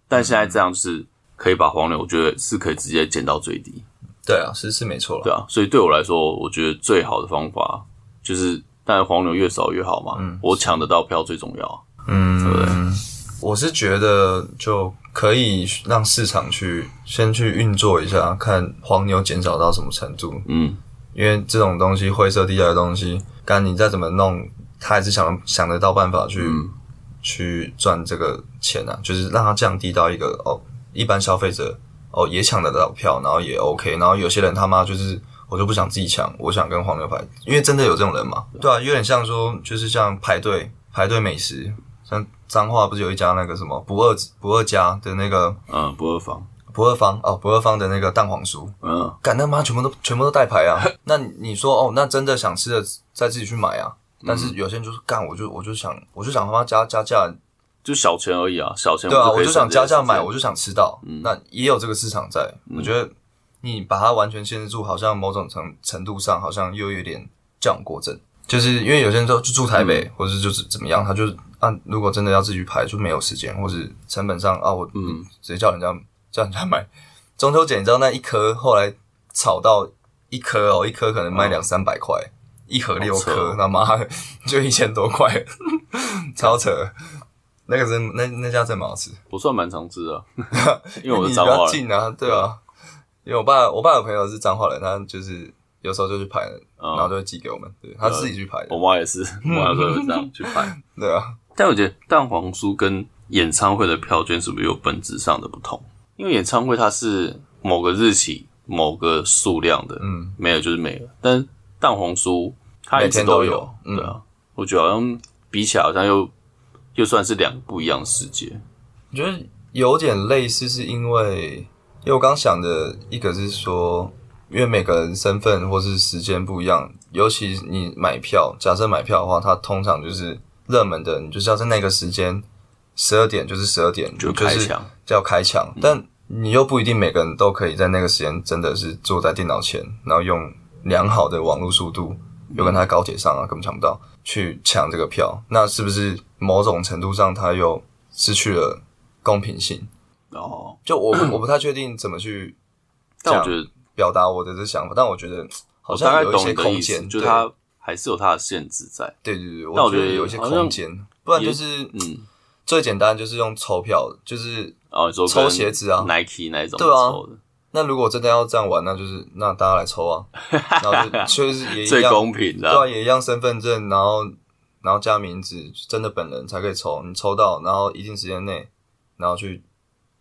S1: 但现在这样是可以把黄牛，我觉得是可以直接减到最低，
S2: 对啊，是是没错了。
S1: 对啊。所以对我来说，我觉得最好的方法就是，当然黄牛越少越好嘛，我抢得到票最重要啊。
S2: 嗯，我是觉得就可以让市场去先去运作一下，看黄牛减少到什么程度。
S1: 嗯，
S2: 因为这种东西灰色地带的东西，干你再怎么弄，他还是想想得到办法去、去赚这个钱啊，就是让它降低到一个哦，一般消费者哦也抢得到票，然后也 OK，然后有些人他妈就是我就不想自己抢，我想跟黄牛排，因为真的有这种人嘛，对啊，有点像说就是像排队排队美食，像彰化不是有一家那个什么不二不二家的那个
S1: 嗯，不二方，
S2: 不二方哦不二方的那个蛋黄酥，
S1: 嗯
S2: 干他妈全部都全部都代排啊！那你你说哦，那真的想吃的再自己去买啊。但是有些人就是干，我就我就想我就想他妈加加价，
S1: 就小钱而已啊，小钱
S2: 对啊，
S1: 就可
S2: 我
S1: 以
S2: 就想
S1: 省这
S2: 加
S1: 些
S2: 价买，
S1: 钱
S2: 我就想吃到。
S1: 嗯
S2: 那也有这个市场在，我觉得你把它完全限制住，好像某种程程度上好像又有点矫枉过正，就是因为有些人就就住台北，
S1: 嗯
S2: 或者就是怎么样，他就是啊，如果真的要自己去排就没有时间，或是成本上啊，我嗯直接叫人家叫人家买。中秋节你知道那一颗后来炒到一颗哦，一颗可能
S1: 嗯
S2: 卖两三百块，一盒六
S1: 好扯哦
S2: 颗，他妈的就一千
S1: *laughs*
S2: 多块，超扯。那个真那那家真蛮好吃，
S1: 我算蛮常吃
S2: *laughs*
S1: 的啊，因为我是
S2: 你比
S1: 彰化
S2: 较
S1: 人，
S2: 近啊，对啊。因为我爸我爸有朋友是彰化人，他就是有时候就去排，然后
S1: 嗯，
S2: 就会寄给我们，对他自己去排的
S1: 我，妈也
S2: *laughs*
S1: 是，我妈有时候会这样去拍。
S2: 对啊，
S1: 但我觉得蛋黄酥跟演唱会的票券是不是有本质上的不同？因为演唱会它是某个日期、某个数量的，
S2: 嗯，
S1: 没有就是没了。但蛋黄酥它一直
S2: 每天都
S1: 有，
S2: 有嗯
S1: 对啊，我觉得好像比起来好像又又算是两个不一样的世界。
S2: 我觉得有点类似，是因为因为我刚想的一个是说，因为每个人身份或是时间不一样，尤其你买票，假设买票的话，它通常就是热门的，你就是要在那个时间十二嗯点就是十二点，
S1: 就开抢
S2: 是叫开抢，
S1: 嗯
S2: 但你又不一定每个人都可以在那个时间真的是坐在电脑前，然后用良好的网络速度，有可能他在高铁上啊根本抢不到，去抢这个票，那是不是某种程度上他又失去了公平性？
S1: 哦，
S2: 就我我不太确定怎么去
S1: 但我觉得
S2: 表达我的这想法，但我觉得好
S1: 我大
S2: 像
S1: 概
S2: 有一
S1: 懂
S2: 些
S1: 你的
S2: 空
S1: 意思，
S2: 间，
S1: 就
S2: 对
S1: 它还是有它的限制在。
S2: 对对对，
S1: 但
S2: 我
S1: 我
S2: 觉
S1: 觉
S2: 得
S1: 得
S2: 有一些
S1: 好像
S2: 空间，不然
S1: 也
S2: 就是
S1: 嗯，
S2: 最简单就是用抽票的，就是
S1: 哦，你说
S2: 抽
S1: 跟
S2: 鞋子啊
S1: ，Nike 那一种
S2: 对啊
S1: 抽的
S2: 那如果真的要这样玩，那就是那大家来抽
S1: *laughs*
S2: 啊，然后就就是也一
S1: 最
S2: 样，
S1: 公平的
S2: 对
S1: 啊
S2: 啊，，也一样身份证，然后然后加名字，真的本人才可以抽，你抽到，然后一定时间内，然后去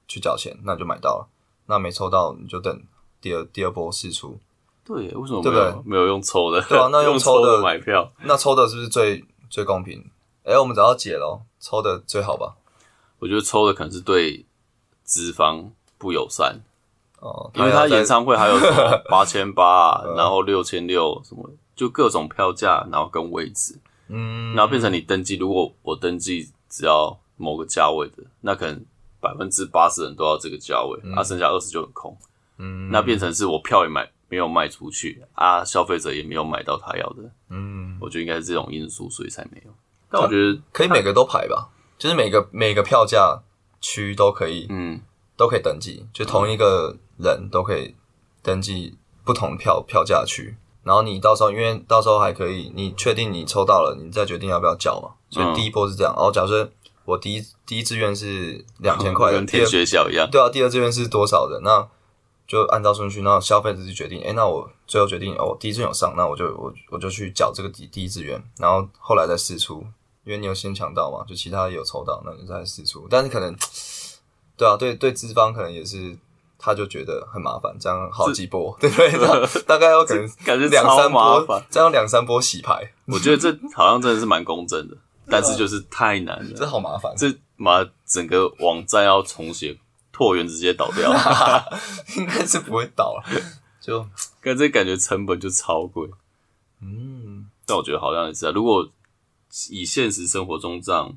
S2: 去缴钱，那你就买到了，那没抽到你就等第二第二波试出，
S1: 对，为什么
S2: 对
S1: 没
S2: 不对
S1: 有没有用抽的？ *laughs*
S2: 对啊那用
S1: 用
S2: 抽的
S1: 的买票，
S2: 那抽的是不是最最公平？哎、我们找到解喽，抽的最好吧？
S1: 我觉得抽的可能是对资方不友善，
S2: 哦，
S1: 因为
S2: 他
S1: 他
S2: 要在
S1: 演唱会还有什
S2: *laughs*
S1: 么八千八，啊
S2: 嗯
S1: 然后六千六什么，就各种票价，然后跟位置，
S2: 嗯
S1: 然后变成你登记，如果我登记只要某个价位的，那可能百分之八十人都要这个价位，啊，剩下二十就很空，
S2: 嗯
S1: 那变成是我票也买没有卖出去，啊，消费者也没有买到他要的，
S2: 嗯，
S1: 我觉得应该是这种因素，所以才没有。但我觉得，
S2: 可以每个都排吧，就是每个每个票价区都可以
S1: 嗯，
S2: 都可以登记，就同一个人都可以登记不同票票价区。然后你到时候，因为到时候还可以，你确定你抽到了，你再决定要不要缴嘛。所以
S1: 嗯
S2: 第一波是这样。然后假设我第一第一志愿是两千块的，
S1: 跟
S2: 第
S1: 天
S2: 二
S1: 学小一样，
S2: *laughs* 对啊，第二志愿是多少的？那就按照顺序，然后消费者去决定。哎，那我最后决定，哦，我第一志愿有上，那我就我我就去缴这个第第一志愿，然后后来再试出，因为你有先抢到嘛，就其他也有抽到，那你就再试出。但是可能，对啊，对对，资方可能也是，他就觉得很麻烦，这样好几波，对不 *laughs* 对？
S1: *laughs*
S2: 这样大概要可能
S1: 感觉
S2: 两
S1: 超
S2: 三
S1: 麻
S2: 波
S1: 烦。，
S2: 这样两三波洗牌，
S1: 我觉得这好像真的是蛮公正的，但是就是太难
S2: 这
S1: 了，
S2: 好麻烦。
S1: 这妈整个网站要重写，拓元直接倒掉，
S2: 应该是不会倒了，就
S1: 但这感觉成本就超贵。
S2: 嗯，
S1: 但我觉得好像也是啊，如果以现实生活中这样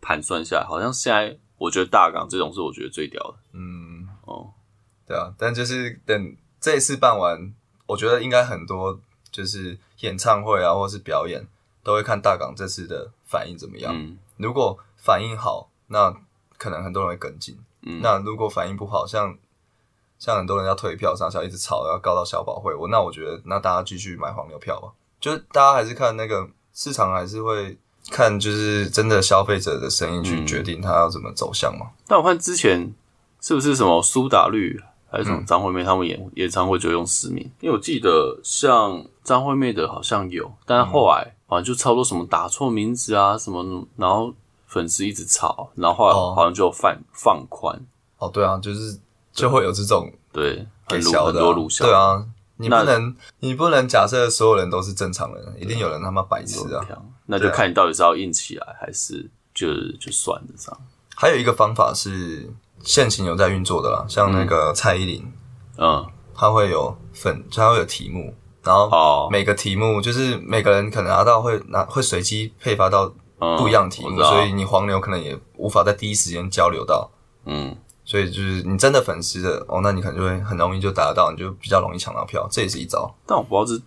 S1: 盘算下来，好像现在我觉得大港这种是我觉得最屌的
S2: 嗯。
S1: 哦。
S2: 对啊，但就是等这一次办完，我觉得应该很多就是演唱会啊，或是表演，都会看大港这次的反应怎么样。
S1: 嗯，
S2: 如果反应好，那可能很多人会跟进；
S1: 嗯
S2: 那如果反应不好，像像很多人要退票、上下一直吵，要告到消保会，我那我觉得那大家继续买黄牛票吧。就是大家还是看那个市场，还是会看就是真的消费者的声音去
S1: 嗯
S2: 决定他要怎么走向嘛。
S1: 但我看之前是不是什么苏打绿还是
S2: 嗯
S1: 什么张惠妹他们演演唱会就用实名？因为我记得像张惠妹的好像有，但是后
S2: 嗯
S1: 来好像就超多什么打错名字啊什么，然后粉丝一直吵，然后后
S2: 哦
S1: 来好像就放放宽，
S2: 哦，对啊，就是就会有这种
S1: 对，
S2: 给
S1: 很多
S2: 小
S1: 很
S2: 的啊、
S1: 多路线，
S2: 对，啊，你不
S1: 那
S2: 能你不能假设所有人都是正常人，一定有人他妈白痴啊。
S1: 啊，那就看你到底是要硬起来还是就就算了这样。
S2: 还有一个方法是现行有在运作的啦，像那个蔡依林，
S1: 嗯，
S2: 她会有粉，她会有题目，然后
S1: 好，
S2: 每个题目就是每个人可能拿到会拿会随机配发到
S1: 嗯
S2: 不一样的题
S1: 我
S2: 目，
S1: 知道
S2: 所以你黄牛可能也无法在第一时间交流到。
S1: 嗯，
S2: 所以就是你真的粉丝的哦，那你可能就会很容易就达到，你就比较容易抢到票，这也是一招。
S1: 但我不知道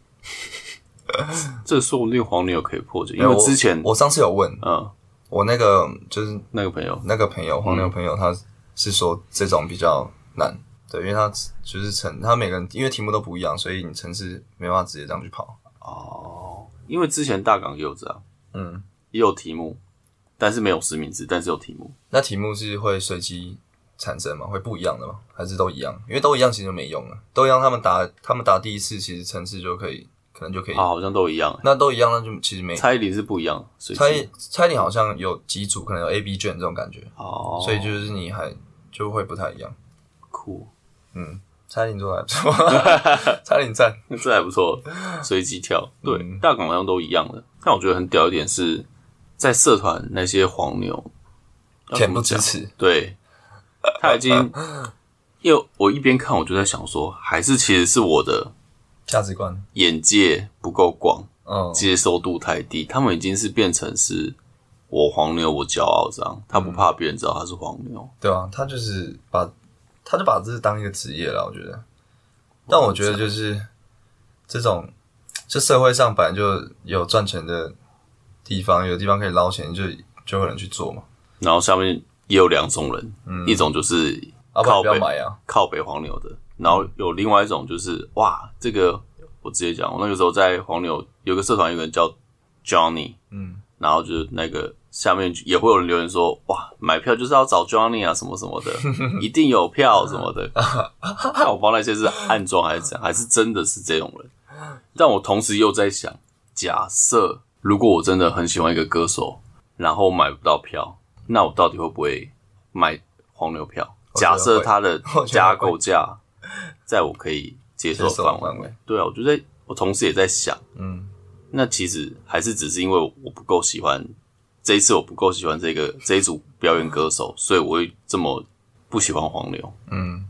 S1: 这 *laughs* 这说不定黄牛可以破解，因
S2: 因
S1: 为之前
S2: 我上次有问
S1: 嗯
S2: 我那个就是
S1: 那个朋友
S2: 那个朋友黄牛
S1: 嗯
S2: 朋友，他是说这种比较难，对，因为他就是城，他每个人因为题目都不一样，所以你城市没办法直接这样去跑。
S1: 哦，因为之前大港也有这样，
S2: 嗯，
S1: 也有题目，但是没有实名制，但是有题目。
S2: 那题目是会随机产生吗？会不一样的吗？还是都一样？因为都一样其实就没用了，都一样，他们答他们答第一次，其实城市就可以，可能就可以。
S1: 啊，好像都一样、欸。
S2: 那都一样，那就其实没。
S1: 蔡依林是不一样，所以
S2: 猜猜你好像有几组，可能有 A、B 卷这种感觉，
S1: 哦，
S2: 所以就是你还就会不太一样。
S1: 酷，
S2: 猜你做来不错，
S1: *laughs*
S2: 猜你赞，
S1: 那 *laughs* 这还不错，随机跳。对，
S2: 嗯
S1: 大港好像都一样的。但我觉得很屌一点是，在社团那些黄牛，要怎
S2: 恬
S1: 么
S2: 不知
S1: 讲
S2: 耻。
S1: 对，他已经，因为我一边看，我就在想说，还是其实是我的
S2: 价值观，
S1: 眼界不够广，
S2: 嗯，
S1: 接受度太低，他们已经是变成是我黄牛，我骄傲这样，他不怕别人知道他是黄牛。
S2: 对啊，他就是把，他就把这当一个职业了，我觉得。但我觉得就是这种这社会上本来就有赚钱的地方，有地方可以捞钱，就就有人去做嘛。
S1: 然后下面也有两种人，一种就是
S2: 啊，不然
S1: 靠
S2: 不要
S1: 北、
S2: 买啊。
S1: 靠北黄牛的，然后有另外一种就是哇，这个我直接讲，我那个时候在黄牛有个社团，有个人叫 Johnny，
S2: 嗯，
S1: 然后就是那个下面也会有人留言说哇，买票就是要找 Johnny 啊什么什么的，一定有票什
S2: *laughs*
S1: 么的。看我帮那些是暗装还是怎样，还是真的是这种人？但我同时又在想，假设如果我真的很喜欢一个歌手，然后买不到票，那我到底会不会买黄牛票？
S2: 我觉得
S1: 假
S2: 会
S1: 设它的
S2: 我觉得
S1: 加
S2: 会
S1: 购价在我可以接受的
S2: 接受的
S1: 范
S2: 范
S1: 围
S2: 围，
S1: 对啊，我就在我同时也在想，
S2: 嗯，
S1: 那其实还是只是因为我不够喜欢这一次我不够喜欢这个这一组表演歌手，所以我会这么不喜欢黄牛。啊
S2: 嗯，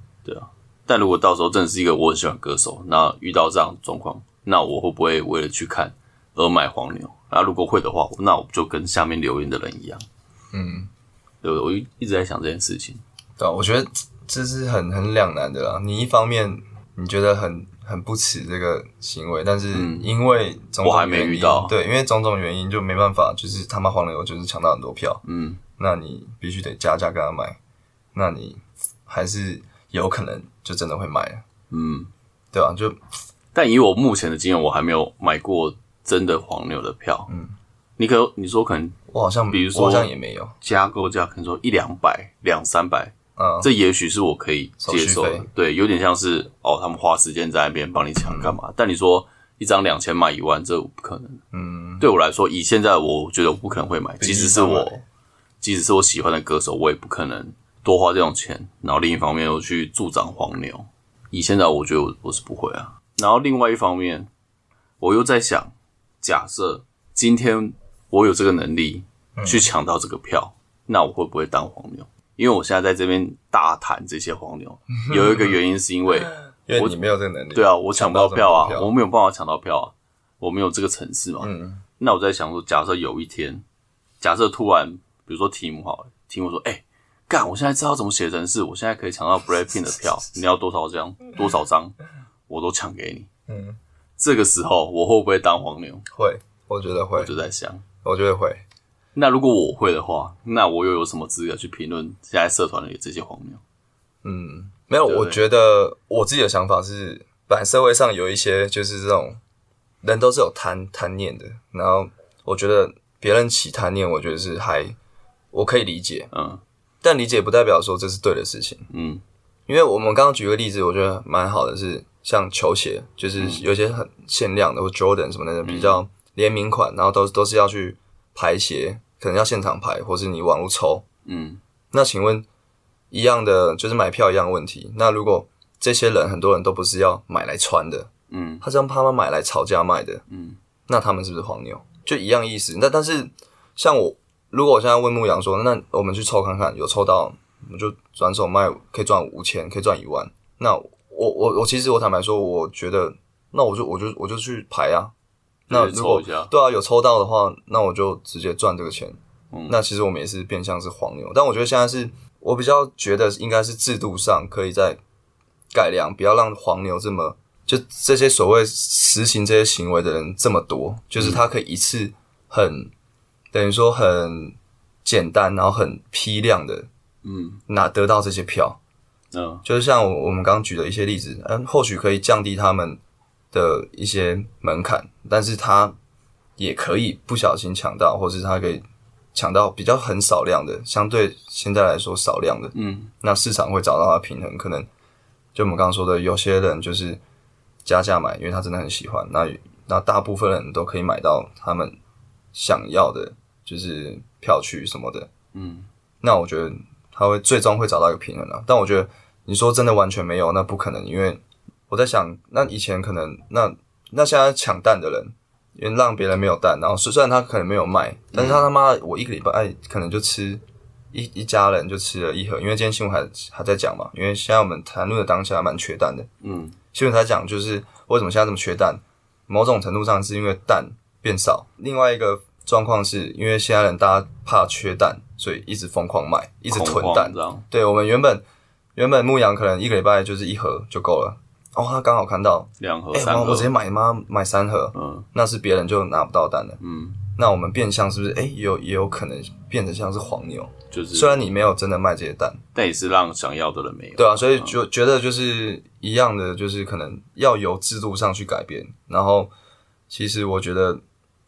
S1: 但如果到时候真的是一个我很喜欢的歌手，那遇到这样的状况，那我会不会为了去看而买黄牛？那如果会的话，那我就跟下面留言的人一样，
S2: 嗯，
S1: 对我一一直在想这件事情。
S2: 对啊，我觉得这是很很两难的啦。你一方面你觉得很很不耻这个行为，但是因为种种
S1: 嗯我还没
S2: 原因
S1: 遇到
S2: 对，因为种种原因就没办法，就是他妈黄牛就是抢到很多票，
S1: 嗯，
S2: 那你必须得加价跟他买，那你还是有可能就真的会买了，
S1: 嗯，
S2: 对啊吧、就
S1: 但以我目前的经验，我还没有买过真的黄牛的票。嗯，你可你说可能
S2: 我好像，
S1: 比如说
S2: 我好像也没有，
S1: 加购价可能说一两百、两三百，
S2: 嗯，
S1: 这也许是我可以接受
S2: 手续
S1: 的
S2: 费。
S1: 对，有点像是哦，他们花时间在那边帮你抢干嘛？但你说一张两千卖一万，这不可能。
S2: 嗯，
S1: 对我来说，以现在我觉得我不可能会买，即使是我，即使是我喜欢的歌手，我也不可能多花这种钱。然后另一方面又去助长黄牛，以现在我觉得我我是不会啊。然后另外一方面，我又在想，假设今天我有这个能力去抢到这个票，那我会不会当黄牛？因为我现在在这边大谈这些黄牛，有一个原因是因为
S2: 因为你没有这个能力，
S1: 对啊，我抢不到票
S2: 抢不到这么
S1: 啊，
S2: 多票
S1: 我没有办法抢到票啊，我没有这个城市嘛。
S2: 嗯
S1: 那我在想说，假设有一天，假设突然，比如说题目好了，题目说，哎、干，我现在知道怎么写程式，我现在可以抢到 Blackpink 的票，你要多少张？多少张？我都抢给你。
S2: 嗯，
S1: *laughs* 这个时候，我会不会当黄牛？
S2: 会，我觉得会
S1: 我，就在想，
S2: 我觉得会，
S1: 那如果我会的话，那我又有什么资格去评论现在社团里的这些黄牛？
S2: 嗯，没有，
S1: 对
S2: 我觉得我自己的想法是，本来社会上有一些就是这种人都是有贪贪念的，然后我觉得别人起贪念，我觉得是还我可以理解，
S1: 嗯
S2: 但理解不代表说这是对的事情。
S1: 嗯
S2: 因为我们刚刚举个例子，我觉得蛮好的是，像球鞋，就是
S1: 嗯
S2: 有一些很限量的，或 Jordan 什么的，比较联名款，然后都都是要去排鞋，可能要现场排，或是你网络抽。
S1: 嗯
S2: 那请问，一样的就是买票一样的问题，那如果这些人很多人都不是要买来穿的，
S1: 嗯
S2: 他是让他们买来炒价卖的，
S1: 嗯，
S2: 那他们是不是黄牛？就一样意思。那但是像我，如果我现在问牧羊说，那我们去抽看看，有抽到我就转手卖，可以赚五千，可以赚一万。那我我我其实我坦白说，我觉得那我就我就我就去排啊。那
S1: 就是
S2: 如果
S1: 抽一下
S2: 对啊有抽到的话，那我就直接赚这个钱。
S1: 嗯
S2: 那其实我们也是变相是黄牛，但我觉得现在是我比较觉得应该是制度上可以再改良，不要让黄牛这么就这些所谓实行这些行为的人这么多，就是
S1: 嗯
S2: 他可以一次很等于说很简单，然后很批量的
S1: 嗯
S2: 拿得到这些票，
S1: 嗯
S2: 就是像我我们刚举的一些例子，嗯，或许可以降低他们的一些门槛，但是他也可以不小心抢到，或是他可以抢到比较很少量的，相对现在来说少量的，
S1: 嗯
S2: 那市场会找到它的平衡。可能就我们刚刚说的，有些人就是加价买，因为他真的很喜欢，那那大部分人都可以买到他们想要的，就是票区什么的，
S1: 嗯，
S2: 那我觉得他会最终会找到一个平衡的、但我觉得你说真的完全没有，那不可能，因为我在想，那以前可能那那现在抢蛋的人，因为让别人没有蛋，然后虽虽然他可能没有卖，但是他他妈我一个礼拜哎可能就吃一一家人就吃了一盒，因为今天新闻还还在讲嘛，因为现在我们谈论的当下蛮缺蛋的，
S1: 嗯，
S2: 新闻才讲就是为什么现在这么缺蛋，某种程度上是因为蛋变少，另外一个状况是因为现在人大家怕缺蛋，所以一直疯狂买，一
S1: 一
S2: 直囤蛋，
S1: 这样，
S2: 对我们原本原本牧羊可能一个礼拜就是一盒就够了，哦，他刚好看到，
S1: 两盒
S2: 哎、
S1: 三
S2: 我
S1: 盒
S2: 我直，接买妈买三盒，
S1: 嗯
S2: 那是别人就拿不到单的。
S1: 嗯，
S2: 那我们变相是不是哎、也有也有可能变得像是黄牛？
S1: 就是
S2: 虽，然你没有真的卖这些单，
S1: 但也是让想要的人没有。
S2: 对啊，所以就觉得就是一样的，就是可能要由制度上去改变。然后，其实我觉得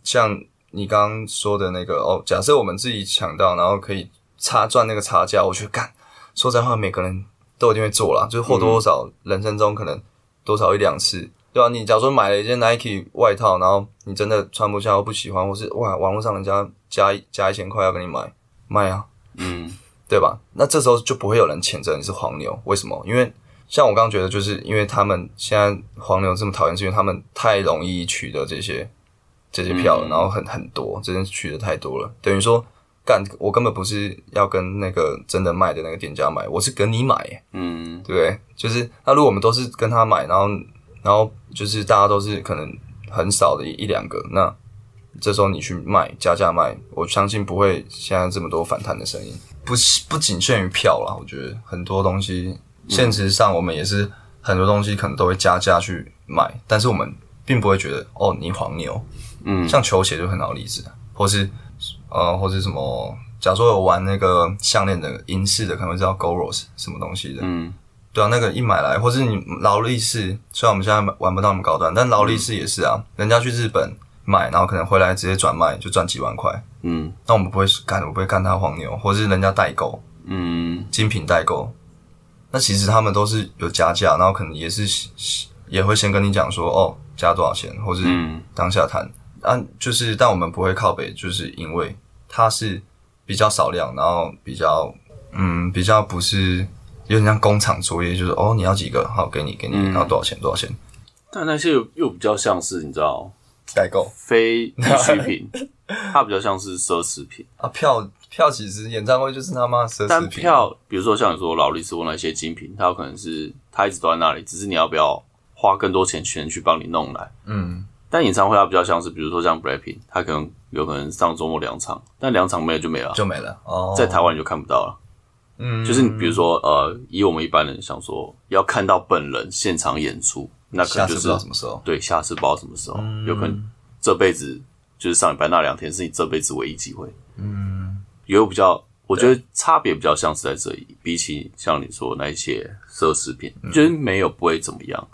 S2: 像你刚刚说的那个哦，假设我们自己抢到，然后可以差赚那个差价，我去干。说实在话，每个人都一定会做啦，就是或多或少，人生中可能多少一两次，对吧、你假如说买了一件 Nike 外套，然后你真的穿不下或不喜欢，或是哇，网络上人家加一加一千块要给你买，卖啊，
S1: 嗯，
S2: 对吧？那这时候就不会有人谴责你是黄牛，为什么？因为像我刚刚觉得，就是因为他们现在黄牛这么讨厌，是因为他们太容易取得这些这些票了，
S1: 嗯
S2: 然后很很多，真的取得太多了，等于说干，我根本不是要跟那个真的卖的那个店家买，我是跟你买耶，
S1: 嗯，
S2: 对不对？就是那如果我们都是跟他买，然后然后就是大家都是可能很少的一一两个，那这时候你去卖加价卖，我相信不会现在这么多反弹的声音。不是不仅限于票啦，我觉得很多东西现实上我们也是很多东西可能都会加价去买，但是我们并不会觉得哦你黄牛，
S1: 嗯
S2: 像球鞋就很好例子，啊或是呃或是什么。假如说有玩那个项链的银饰的，可能会知道 Goros 什么东西的，
S1: 嗯，
S2: 对啊，那个一买来，或是你劳力士，虽然我们现在玩不到那么高端，但劳力士也是啊，人家去日本买，然后可能回来直接转卖就赚几万块，
S1: 嗯，
S2: 那我们不会干，我不会干他黄牛，或是人家代购，
S1: 嗯，
S2: 精品代购，那其实他们都是有加价，然后可能也是也会先跟你讲说哦加多少钱，或是
S1: 嗯
S2: 当下谈，啊就是但我们不会靠北，就是因为它是比较少量，然后比较嗯比较不是有点像工厂作业，就是哦你要几个好给你给你，
S1: 嗯
S2: 然后多少钱多少钱
S1: 但那些又又比较像是你知道
S2: 代购
S1: 非必需
S2: *laughs*
S1: 品，它比较像是奢侈品。
S2: 啊票票其实演唱会就是他妈奢侈
S1: 但
S2: 品，
S1: 票，比如说像你说劳力士或那些精品，它有可能是它一直都在那里，只是你要不要花更多钱钱去帮你弄来。
S2: 嗯
S1: 但演唱会它比较像是，比如说像 Blackpink，它可能有可能上周末两场，但两场没有就没了啊，
S2: 就没了哦，
S1: 在台湾你就看不到了。
S2: 嗯
S1: 就是你比如说呃，以我们一般人想说要看到本人现场演出，那可
S2: 下
S1: 能
S2: 次
S1: 就
S2: 不
S1: 是
S2: 知道什么时嗯候，
S1: 对下次不知道什么时候，有可能这辈子就是上礼拜那两天是你这辈子唯一机会。
S2: 嗯
S1: 有比较，我觉得差别比较像是在这里，比起像你说那一些奢侈品，
S2: 嗯
S1: 就是没有不会怎么样。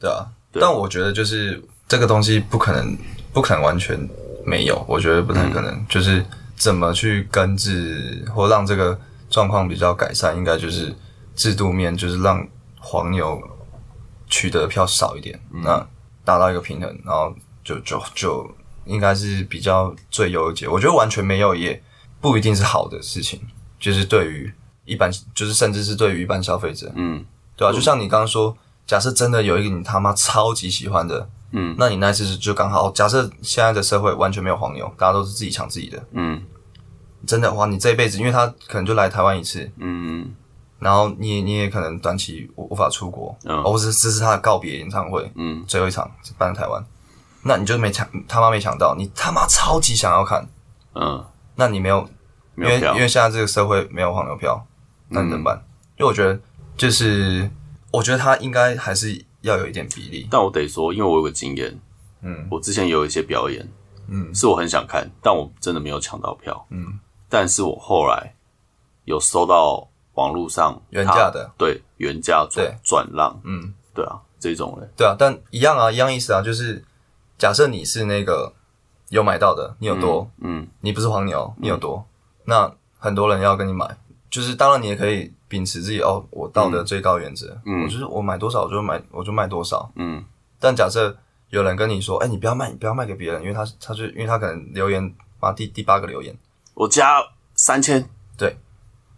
S2: 对啊，
S1: 对
S2: 但我觉得就是这个东西不可能，不可能完全没有，我觉得不太可能。就是怎么去根治或让这个状况比较改善，应该就是制度面，就是让黄牛取得的票少一点，那达到一个平衡，然后就就就应该是比较最优解。我觉得完全没有也不一定是好的事情，就是对于一般，就是甚至是对于一般消费者，
S1: 嗯
S2: 对啊，就像你刚刚说，假设真的有一个你他妈超级喜欢的，
S1: 嗯
S2: 那你那一次就刚好。哦假设现在的社会完全没有黄牛，大家都是自己抢自己的，
S1: 嗯
S2: 真的哇，你这一辈子，因为他可能就来台湾一次，
S1: 嗯
S2: 然后你也你也可能短期无无法出国，
S1: 嗯
S2: 哦，或是这是他的告别演唱会，
S1: 嗯，
S2: 最后一场办在台湾，那你就没抢，他妈没抢到，你他妈超级想要看，
S1: 嗯，
S2: 那你没有因
S1: 没
S2: 为
S1: 有票嗯
S2: 因，为现在这个社会没有黄牛票，那你怎么办？因为我觉得就是，我觉得他应该还是要有一点比例，
S1: 但我得说，因为我有个经验，
S2: 嗯，
S1: 我之前也有一些表演，
S2: 嗯
S1: 是我很想看，但我真的没有抢到票，
S2: 嗯，
S1: 但是我后来有收到网络上
S2: 原
S1: 它
S2: 价的，
S1: 对原价转
S2: 对
S1: 转让，
S2: 嗯，
S1: 对啊，这种嘞，
S2: 对啊，但一样啊，一样意思啊，就是假设你是那个有买到的，你有多，
S1: 嗯
S2: 你不是黄牛，你有多，那很多人要跟你买，就是当然你也可以秉持自己哦，我道德最高原则，
S1: 嗯
S2: 我就是我买多少我就买我就卖多少，
S1: 嗯
S2: 但假设有人跟你说，哎、你不要卖，你不要卖给别人，因为他他就因为他可能留言妈第第八个留言，
S1: 我加三千，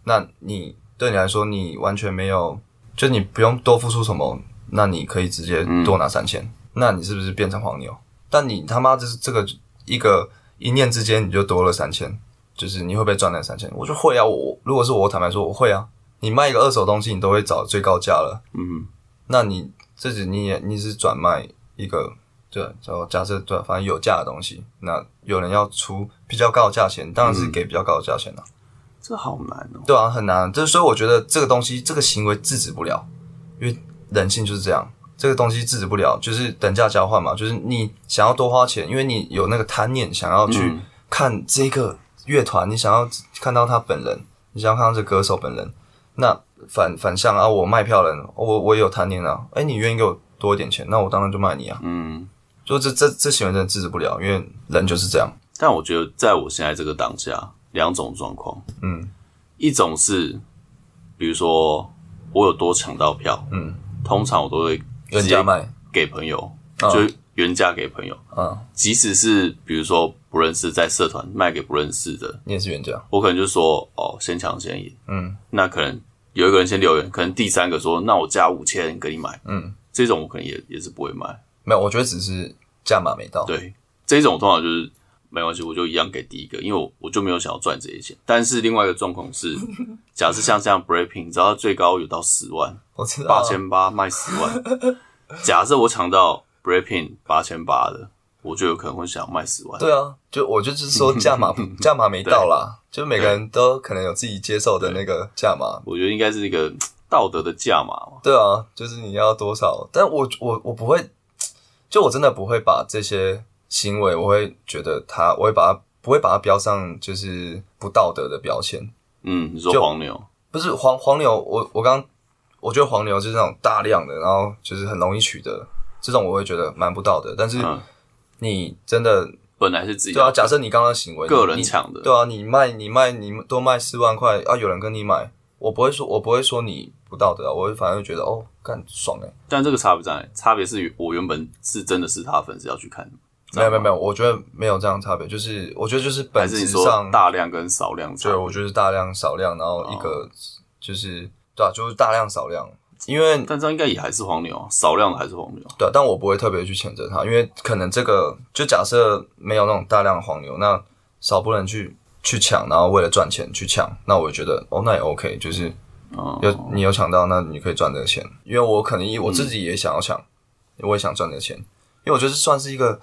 S2: 那你对你来说，你完全没有，就你不用多付出什么，那你可以直接多拿三千、那你是不是变成黄牛？但你他妈就是这个一个一念之间，你就多了三千，就是你会不会赚那三千？我就会啊，我我如果是我，我坦白说我会啊。你卖一个二手东西，你都会找最高价了，
S1: 嗯
S2: 那你自己你也你只转卖一个，对，就假设对，反正有价的东西，那有人要出比较高的价钱，当然是给比较高的价钱了、啊
S1: 这好难哦。
S2: 对啊，很难。就是所以我觉得这个东西，这个行为制止不了，因为人性就是这样。这个东西制止不了，就是等价交换嘛，就是你想要多花钱，因为你有那个贪念，想要去看这个乐团，你想要看到他本人，你想要看到这歌手本人。那反反向啊，我卖票人，我我也有贪念啊，哎、你愿意给我多一点钱，那我当然就卖你啊。
S1: 嗯，
S2: 就这这这行为真的制止不了，因为人就是这样。
S1: 但我觉得在我现在这个当下，两种状况，
S2: 嗯，
S1: 一种是比如说我有多抢到票，
S2: 嗯，
S1: 通常我都会直
S2: 人家
S1: 接
S2: 卖，
S1: 给朋友，
S2: 嗯
S1: 就原价给朋友，
S2: 嗯，
S1: 即使是比如说不认识，在社团卖给不认识的，
S2: 你也是原价，
S1: 我可能就说哦，先抢先赢。
S2: 嗯，
S1: 那可能有一个人先留言，可能第三个说那我加五千给你买，
S2: 嗯，
S1: 这种我可能也也是不会买。
S2: 没有，我觉得只是价码没到。，
S1: 对，这种通常就是没关系，我就一样给第一个，因为我我就没有想要赚这些钱。但是另外一个状况
S2: *laughs*
S1: 是，假设像这样 breaking，只要最高有到十万，
S2: 我知道
S1: 八千八卖十
S2: *laughs*
S1: 万，假设我抢到 breaking 八千八的，我就有可能会想卖十万。
S2: 对啊，就我就是说价码价码没到啦，就每个人都可能有自己接受的那个价码。
S1: 我觉得应该是一个道德的价码嘛。
S2: 对啊，就是你要多少，但我我我不会，就我真的不会把这些行为，我会觉得他，我会把它不会把它标上就是不道德的标签。
S1: 嗯，你说
S2: 就
S1: 黄牛，
S2: 不是黄黄牛，我我刚我觉得黄牛就是那种大量的，然后就是很容易取得，这种我会觉得蛮不道德。但是
S1: 嗯
S2: 你真的
S1: 本来是自己
S2: 对啊，假设你刚刚的行为，
S1: 个人
S2: 你
S1: 抢的，
S2: 对啊，你卖你卖你多卖四万块啊，有人跟你买，我不会说我不会说你不道德啊，我会反而会觉得哦，干爽哎、
S1: 但这个差别在哪里？差别是我原本是真的是他的粉丝要去看，
S2: 没有没有没
S1: 有，
S2: 有，我觉得没有这样的差别，就是我觉得就是本
S1: 还是
S2: 质
S1: 你说
S2: 上，
S1: 大量跟少量差
S2: 对，？我就是大量少量，然后一
S1: 哦
S2: 个就是、对啊，就是大量少量，因为
S1: 但这样应该也还是黄牛啊，少量的还是黄牛。
S2: 对啊，但我不会特别去谴责他，因为可能这个就假设没有那种大量的黄牛，那少部分人去去抢，然后为了赚钱去抢，那我觉得哦，那也 OK，就是
S1: 嗯，
S2: 有你有抢到，那你可以赚这个钱，因为我可能也我自己也想要抢，我也想赚这个钱，因为我觉得这算是一个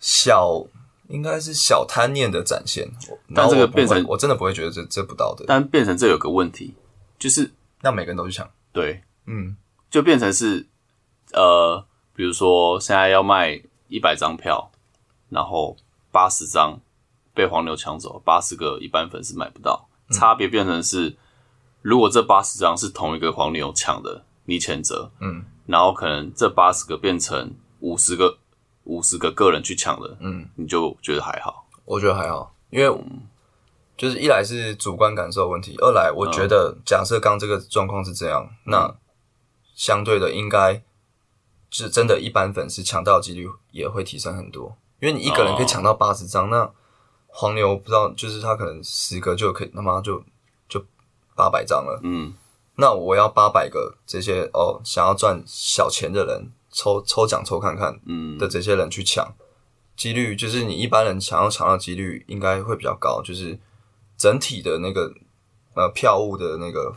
S2: 小。应该是小贪念的展现，然
S1: 但
S2: 后
S1: 这个
S2: 我不会
S1: 变成
S2: 我真的不会觉得这这不道德。
S1: 但变成这有个问题，就是
S2: 那每个人都去抢，
S1: 对，
S2: 嗯，
S1: 就变成是呃，比如说现在要卖一百张票，然后八十张被黄牛抢走，八十个一般粉丝买不到，
S2: 嗯
S1: 差别变成是，如果这八十张是同一个黄牛抢的，你谴责，
S2: 嗯，
S1: 然后可能这八十个变成五十个五十个个人去抢的，
S2: 嗯，
S1: 你就觉得还好，
S2: 我觉得还好，因为就是一来是主观感受的问题，二来我
S1: 嗯
S2: 觉得假设刚这个状况是这样，那相对的应该是真的，一般粉丝抢到的几率也会提升很多，因为你一个
S1: 哦
S2: 人可以抢到八十张，那黄牛不知道就是他可能十个就可以他妈就就八百张了，
S1: 嗯，
S2: 那我要八百个这些哦想要赚小钱的人抽抽奖抽看看，
S1: 嗯
S2: 的这些人去抢，几率就是你一般人想要抢到几率应该会比较高，就是整体的那个呃票务的那个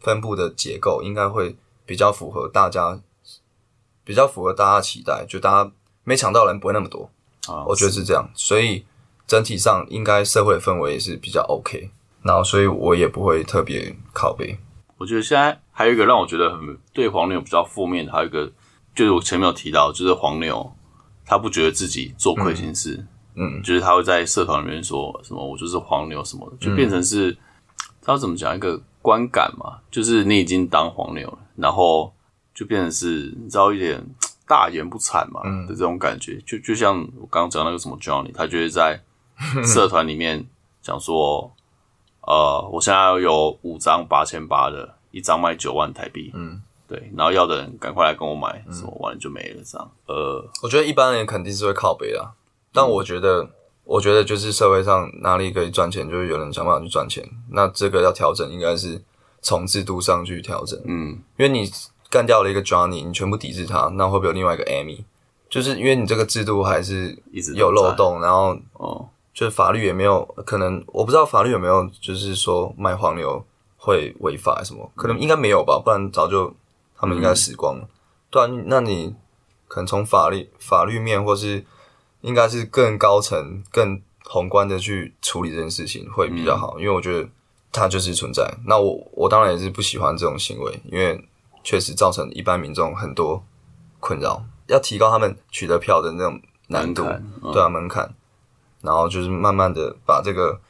S2: 分布的结构应该会比较符合大家，比较符合大家期待，就大家没抢到的人不会那么多，
S1: 啊，
S2: 我觉得是这样，所以整体上应该社会氛围也是比较 OK，然后所以我也不会特别拷贝，
S1: 我觉得现在还有一个让我觉得很对黄牛比较负面的，还有一个就是我前面有提到，就是黄牛他不觉得自己做亏心事，
S2: 嗯
S1: 就是他会在社团里面说什么我就是黄牛什么的，
S2: 嗯
S1: 就变成是、他要怎么讲一个观感嘛，就是你已经当黄牛了，然后就变成是你知道一点大言不惭嘛、
S2: 嗯
S1: 的这种感觉，就就像我刚刚讲那个什么 Johnny，他就会在社团里面讲说，呃，我现在有五张八千八的，一张卖九万台币，
S2: 嗯，
S1: 对，然后要的人赶快来跟我买，什么完了就没了这样，呃，
S2: 我觉得一般人肯定是会靠北啦，但我觉得，我觉得就是社会上哪里可以赚钱，就是有人想办法去赚钱。那这个要调整，应该是从制度上去调整，
S1: 嗯
S2: 因为你干掉了一个 Johnny，你全部抵制他，那会不会有另外一个 Amy？就是因为你这个制度还是
S1: 一直都
S2: 有漏
S1: 在
S2: 洞，然后
S1: 哦，
S2: 就是法律也没有可能，我不知道法律有没有，就是说卖黄牛会违法什么，
S1: 嗯
S2: 可能应该没有吧，不然早就他们应该死光了。对啊，那你可能从法律法律面，或是应该是更高层、更宏观的去处理这件事情会比
S1: 嗯
S2: 较好，因为我觉得它就是存在。那我我当然也是不喜欢这种行为，因为确实造成一般民众很多困扰，要提高他们取得票的那种难度，
S1: 门槛嗯
S2: 对啊门槛，然后就是慢慢的把这个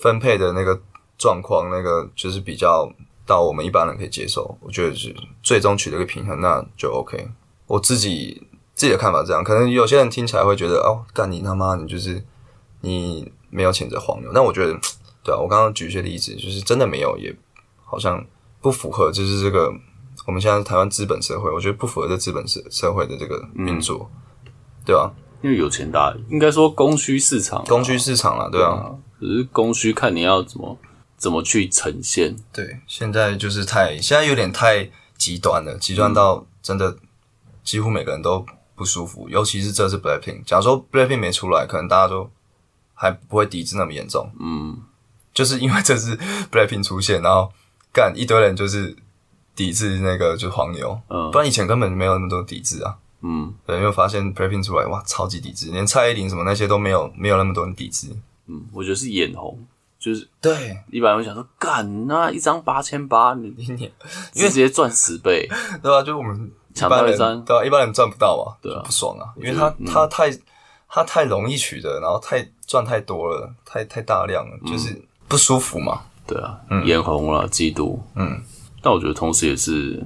S2: 分配的那个状况，那个就是比较到我们一般人可以接受，我觉得是最终取得一个平衡，那就 OK。我自己自己的看法是这样，可能有些人听起来会觉得哦，干你他妈，你就是你没有谴责黄牛，但我觉得对啊，我刚刚举一些例子，就是真的没有，也好像不符合，就是这个我们现在台湾资本社会，我觉得不符合这资本社社会的这个运作，对啊，
S1: 因为有钱大，应该说供需市场啊，嗯
S2: 供需市场啦，对啊，
S1: 只是供需看你要怎么怎么去呈现，
S2: 对，现在就是太现在有点太极端了，极端到真的几乎每个人都不舒服，尤其是这次 Blackpink，假如说 Blackpink 没出来，可能大家就还不会抵制那么严重，
S1: 嗯，
S2: 就是因为这次 *laughs* Blackpink 出现，然后干一堆人就是抵制那个就是黄牛，
S1: 嗯
S2: 不然以前根本没有那么多抵制啊。
S1: 嗯，
S2: 对，因为发现 Blackpink 出来，哇，超级抵制，连蔡依林什么那些都没有，没有那么多人抵制。
S1: 嗯，我觉得是眼红，就是
S2: 对，
S1: 一般人会想说，干那一张八千八，你
S2: 一年
S1: 直接赚十倍，
S2: 对啊，就我们一
S1: 抢
S2: 般
S1: 到一
S2: 人
S1: 张
S2: 对啊，一般人赚不到嘛，
S1: 对啊
S2: 就不爽啊，因为
S1: 觉
S2: 他
S1: 得嗯
S2: 他太他太容易取得，然后太赚太多了，太太大量了，
S1: 嗯
S2: 就是不舒服嘛。
S1: 对啊，眼红了，嫉妒，
S2: 嗯，
S1: 但我觉得同时也是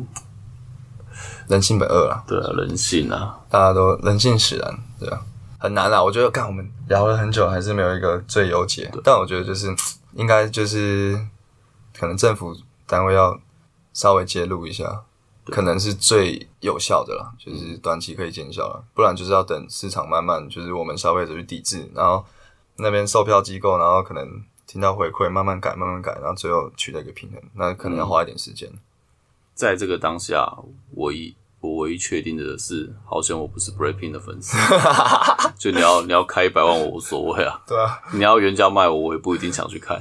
S2: 人性本恶啊，
S1: 对啊，人性啊，
S2: 大家都人性使然，对啊，很难啊。我觉得干我们聊了很久，还是没有一个最优解。但我觉得就是应该就是可能政府单位要稍微介入一下，可能是最有效的啦，就是短期可以见效了。不然就是要等市场慢慢就是我们消费者去抵制，然后那边售票机构，然后可能听到回馈，慢慢改，慢慢改，然后最后取得一个平衡。那可能要花一点时间。
S1: 在这个当下，我一我唯一确定的是，好险我不是 Breaking 的粉丝，
S2: *laughs*
S1: 就你要你要开一百万我无所谓啊，
S2: 对啊，
S1: 你要原价卖我，我也不一定想去看，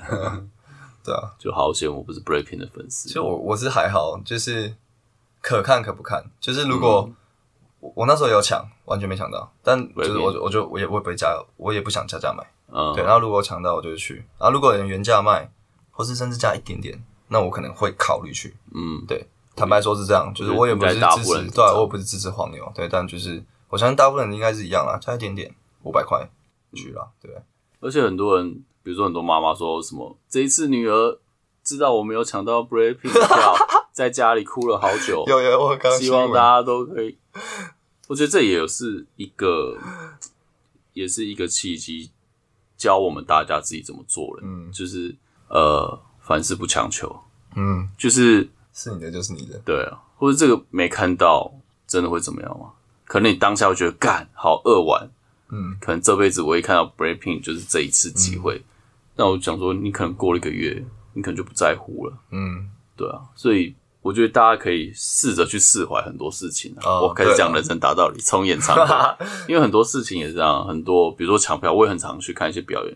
S2: 对啊。
S1: 就好险我不是 Breaking 的粉丝
S2: 其实，我我是还好，就是可看可不看。就是如果、
S1: 嗯
S2: 我我那时候有抢，完全没抢到，但就是我
S1: Blackpink
S2: 我就我也我也不会加，我也不想加价买。
S1: 嗯
S2: 对，，然啊后如果我抢到，我就去。然后如果有人原价卖，或是甚至加一点点，那我可能会考虑去。
S1: 嗯，
S2: 对，坦白说是这样，就是我也不是
S1: 应该大
S2: 支
S1: 部分人
S2: 持，
S1: 是这
S2: 对啊，
S1: 样
S2: 我也不是支持黄牛，对，但就是我相信大部分人应该是一样啦，加一点点，五百块去了，对。
S1: 嗯而且很多人，比如说很多妈妈说什么，这一次女儿知道我没有抢到 Breaking 的
S2: *laughs*
S1: 票，在家里哭了好久，
S2: 有有，我刚刚
S1: 希望
S2: 新闻
S1: 大家都可以。我觉得这也有是一个，也是一个契机，教我们大家自己怎么做人。
S2: 嗯
S1: 就是呃，凡事不强求，
S2: 嗯，
S1: 就是
S2: 是你的就是你的，
S1: 对啊，或者这个没看到，真的会怎么样吗？可能你当下会觉得干好恶玩，
S2: 嗯，
S1: 可能这辈子唯一看到 breaking 就是这一次机会。那我想说，你可能过了一个月，你可能就不在乎了。
S2: 嗯，
S1: 对啊，所以我觉得大家可以试着去释怀很多事情啊。
S2: 哦
S1: 我开始
S2: 对
S1: 讲
S2: 啊
S1: 人生大道理，从演唱
S2: *laughs*
S1: 会，因为很多事情也是这样，很多比如说抢票，我也很常去看一些表演，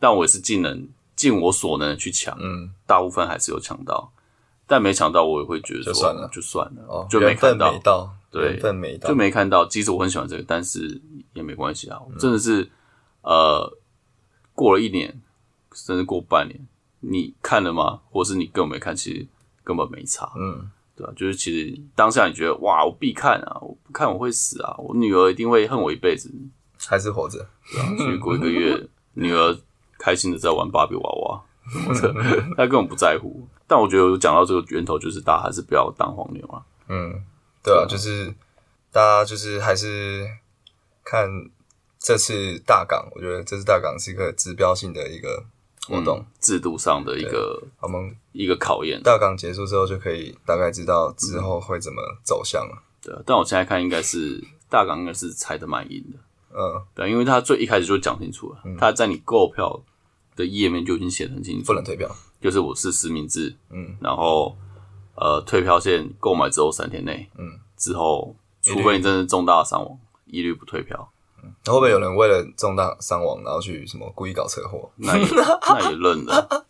S1: 但我也是尽能尽我所能的去抢，
S2: 嗯，
S1: 大部分还是有抢到，但没抢到我也会觉得说
S2: 就算了
S1: 就算了，
S2: 哦，
S1: 就没
S2: 缘分
S1: 看到
S2: 没，到，
S1: 对
S2: 缘分没到，
S1: 就没看到。即使我很喜欢这个，但是也没关系啊，
S2: 嗯
S1: 真的是呃，过了一年，甚至过半年，你看了吗？或是你根本没看，其实根本没差。
S2: 嗯。
S1: 对啊，就是其实当下你觉得哇，我必看啊，我不看我会死啊，我女儿一定会恨我一辈子。
S2: 还是活着。
S1: 去过一个月，
S2: 嗯
S1: 女儿开心的在玩芭比娃娃，她根本不在乎。但我觉得我讲到这个源头，就是大家还是不要当黄牛啊。
S2: 嗯，对啊，就是大家就是还是看这次大港，我觉得这次大港是一个指标性的一个活动。
S1: 嗯制度上的一个
S2: 我们
S1: 一个考验。
S2: 大港结束之后，就可以大概知道之后会怎么走向了。
S1: 对啊，但我现在看应该是大港应该是猜的蛮硬的，
S2: 嗯，
S1: 对啊、因为他最一开始就讲清楚了，他在你购票的页面就已经写得很清楚
S2: 不，能退票。
S1: 就是我是实名制，
S2: 嗯，
S1: 然后呃退票线购买之后三天内，
S2: 嗯，
S1: 之后
S2: 律
S1: 除非你真的重大伤亡，一律不退票，
S2: 那会不会有人为了重大伤亡，然后去什么故意搞车祸？ *laughs*
S1: 那也那也认了。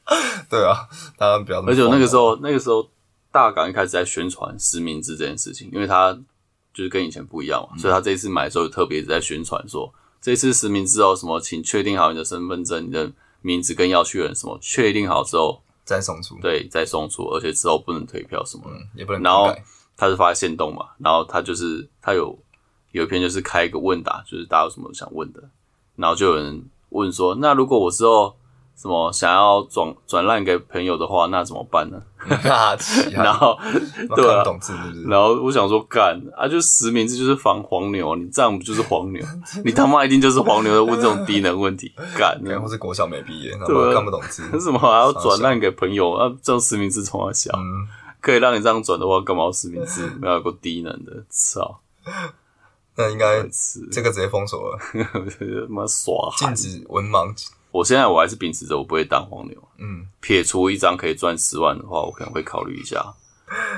S2: 对啊，大家不要。
S1: 而且我那个时
S2: 候，
S1: 候那个时候大港一开始在宣传实名制这件事情，因为他就是跟以前不一样嘛，所以他这一次买的时候特别一直在宣传说，这一次实名制哦，什么请确定好你的身份证、你的名字跟要去的人什么，确定好之后
S2: 再送出，
S1: 对再送出，而且之后不能退票什么的。
S2: 嗯，也不能
S1: 然后
S2: 更改
S1: 他是发现动嘛，然后他就是他有有一篇就是开一个问答，就是大家有什么想问的，然后就有人问说，那如果我之后什么想要转转让给朋友的话，那怎么办呢？
S2: *laughs*
S1: *laughs*
S2: 啊，奇
S1: 然
S2: 啊，
S1: 后对
S2: 看
S1: 啊
S2: 不懂字是不是？
S1: 然后我想说，干啊，就实名制就是防黄牛，你这样不就是黄牛？ *laughs* 你他妈一定就是黄牛在问这种低能问
S2: *laughs*
S1: 题，干，
S2: 然后哎是国小没毕业，然
S1: 对
S2: 后
S1: 啊
S2: 看不懂
S1: *laughs*
S2: 字，
S1: 为什么还要转
S2: 傻
S1: 让给朋友？啊，这种实名制从哪小？
S2: 嗯，
S1: 可以让你这样转的话，干嘛要实名制？没有个低能的，操！
S2: 那应该
S1: 是，
S2: 这个直接封锁了，
S1: 他妈耍
S2: 禁
S1: 憨！
S2: 止文盲。
S1: 我现在我还是秉持着我不会当黄牛。
S2: 嗯，
S1: 撇除一张可以赚十万的话，我可能会考虑一下。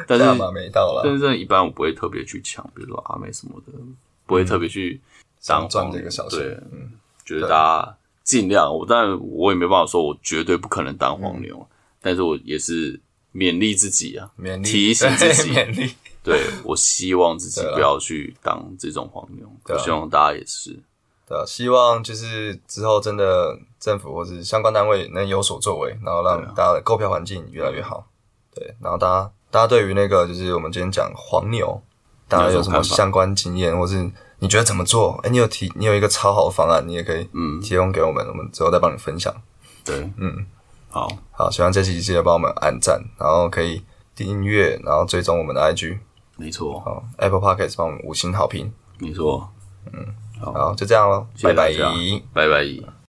S1: 但是
S2: 大马没到
S1: 但
S2: 了，
S1: 是真的一般我不会特别去抢，比如说阿妹什么的，不会特别去当
S2: 想赚
S1: 黄
S2: 这个
S1: 牛
S2: 小钱
S1: 对，，
S2: 嗯，
S1: 觉得大
S2: 对
S1: 家尽量，我但我也没办法说我绝对不可能当黄牛，但是我也是勉励自己啊，
S2: 嗯勉励
S1: 提醒自己，
S2: *laughs* 对勉励。
S1: 对我希望自己
S2: 对啊
S1: 不要去当这种黄牛，
S2: 对啊
S1: 我希望大家也是。
S2: 对啊，希望就是之后真的政府或是相关单位能有所作为，然后
S1: 啊
S2: 让大家的购票环境越来越好。对，然后大家大家对于那个就是我们今天讲黄牛，大家有什
S1: 你有什么看
S2: 么
S1: 法
S2: 相关经验，或是你觉得怎么做？哎，你有提你有一个超好的方案，你也可以
S1: 嗯
S2: 提供给我们，我们之后再帮你分享。
S1: 对，
S2: 嗯，
S1: 好，
S2: 好，喜欢这期记得帮我们按赞，然后可以订阅，然后追踪我们的 IG，
S1: 没错，
S2: 好，Apple Podcast 帮我们五星好评。
S1: 没错，
S2: 好，就这样喽，
S1: 谢谢
S2: 拜
S1: 大
S2: 拜。
S1: 家拜拜。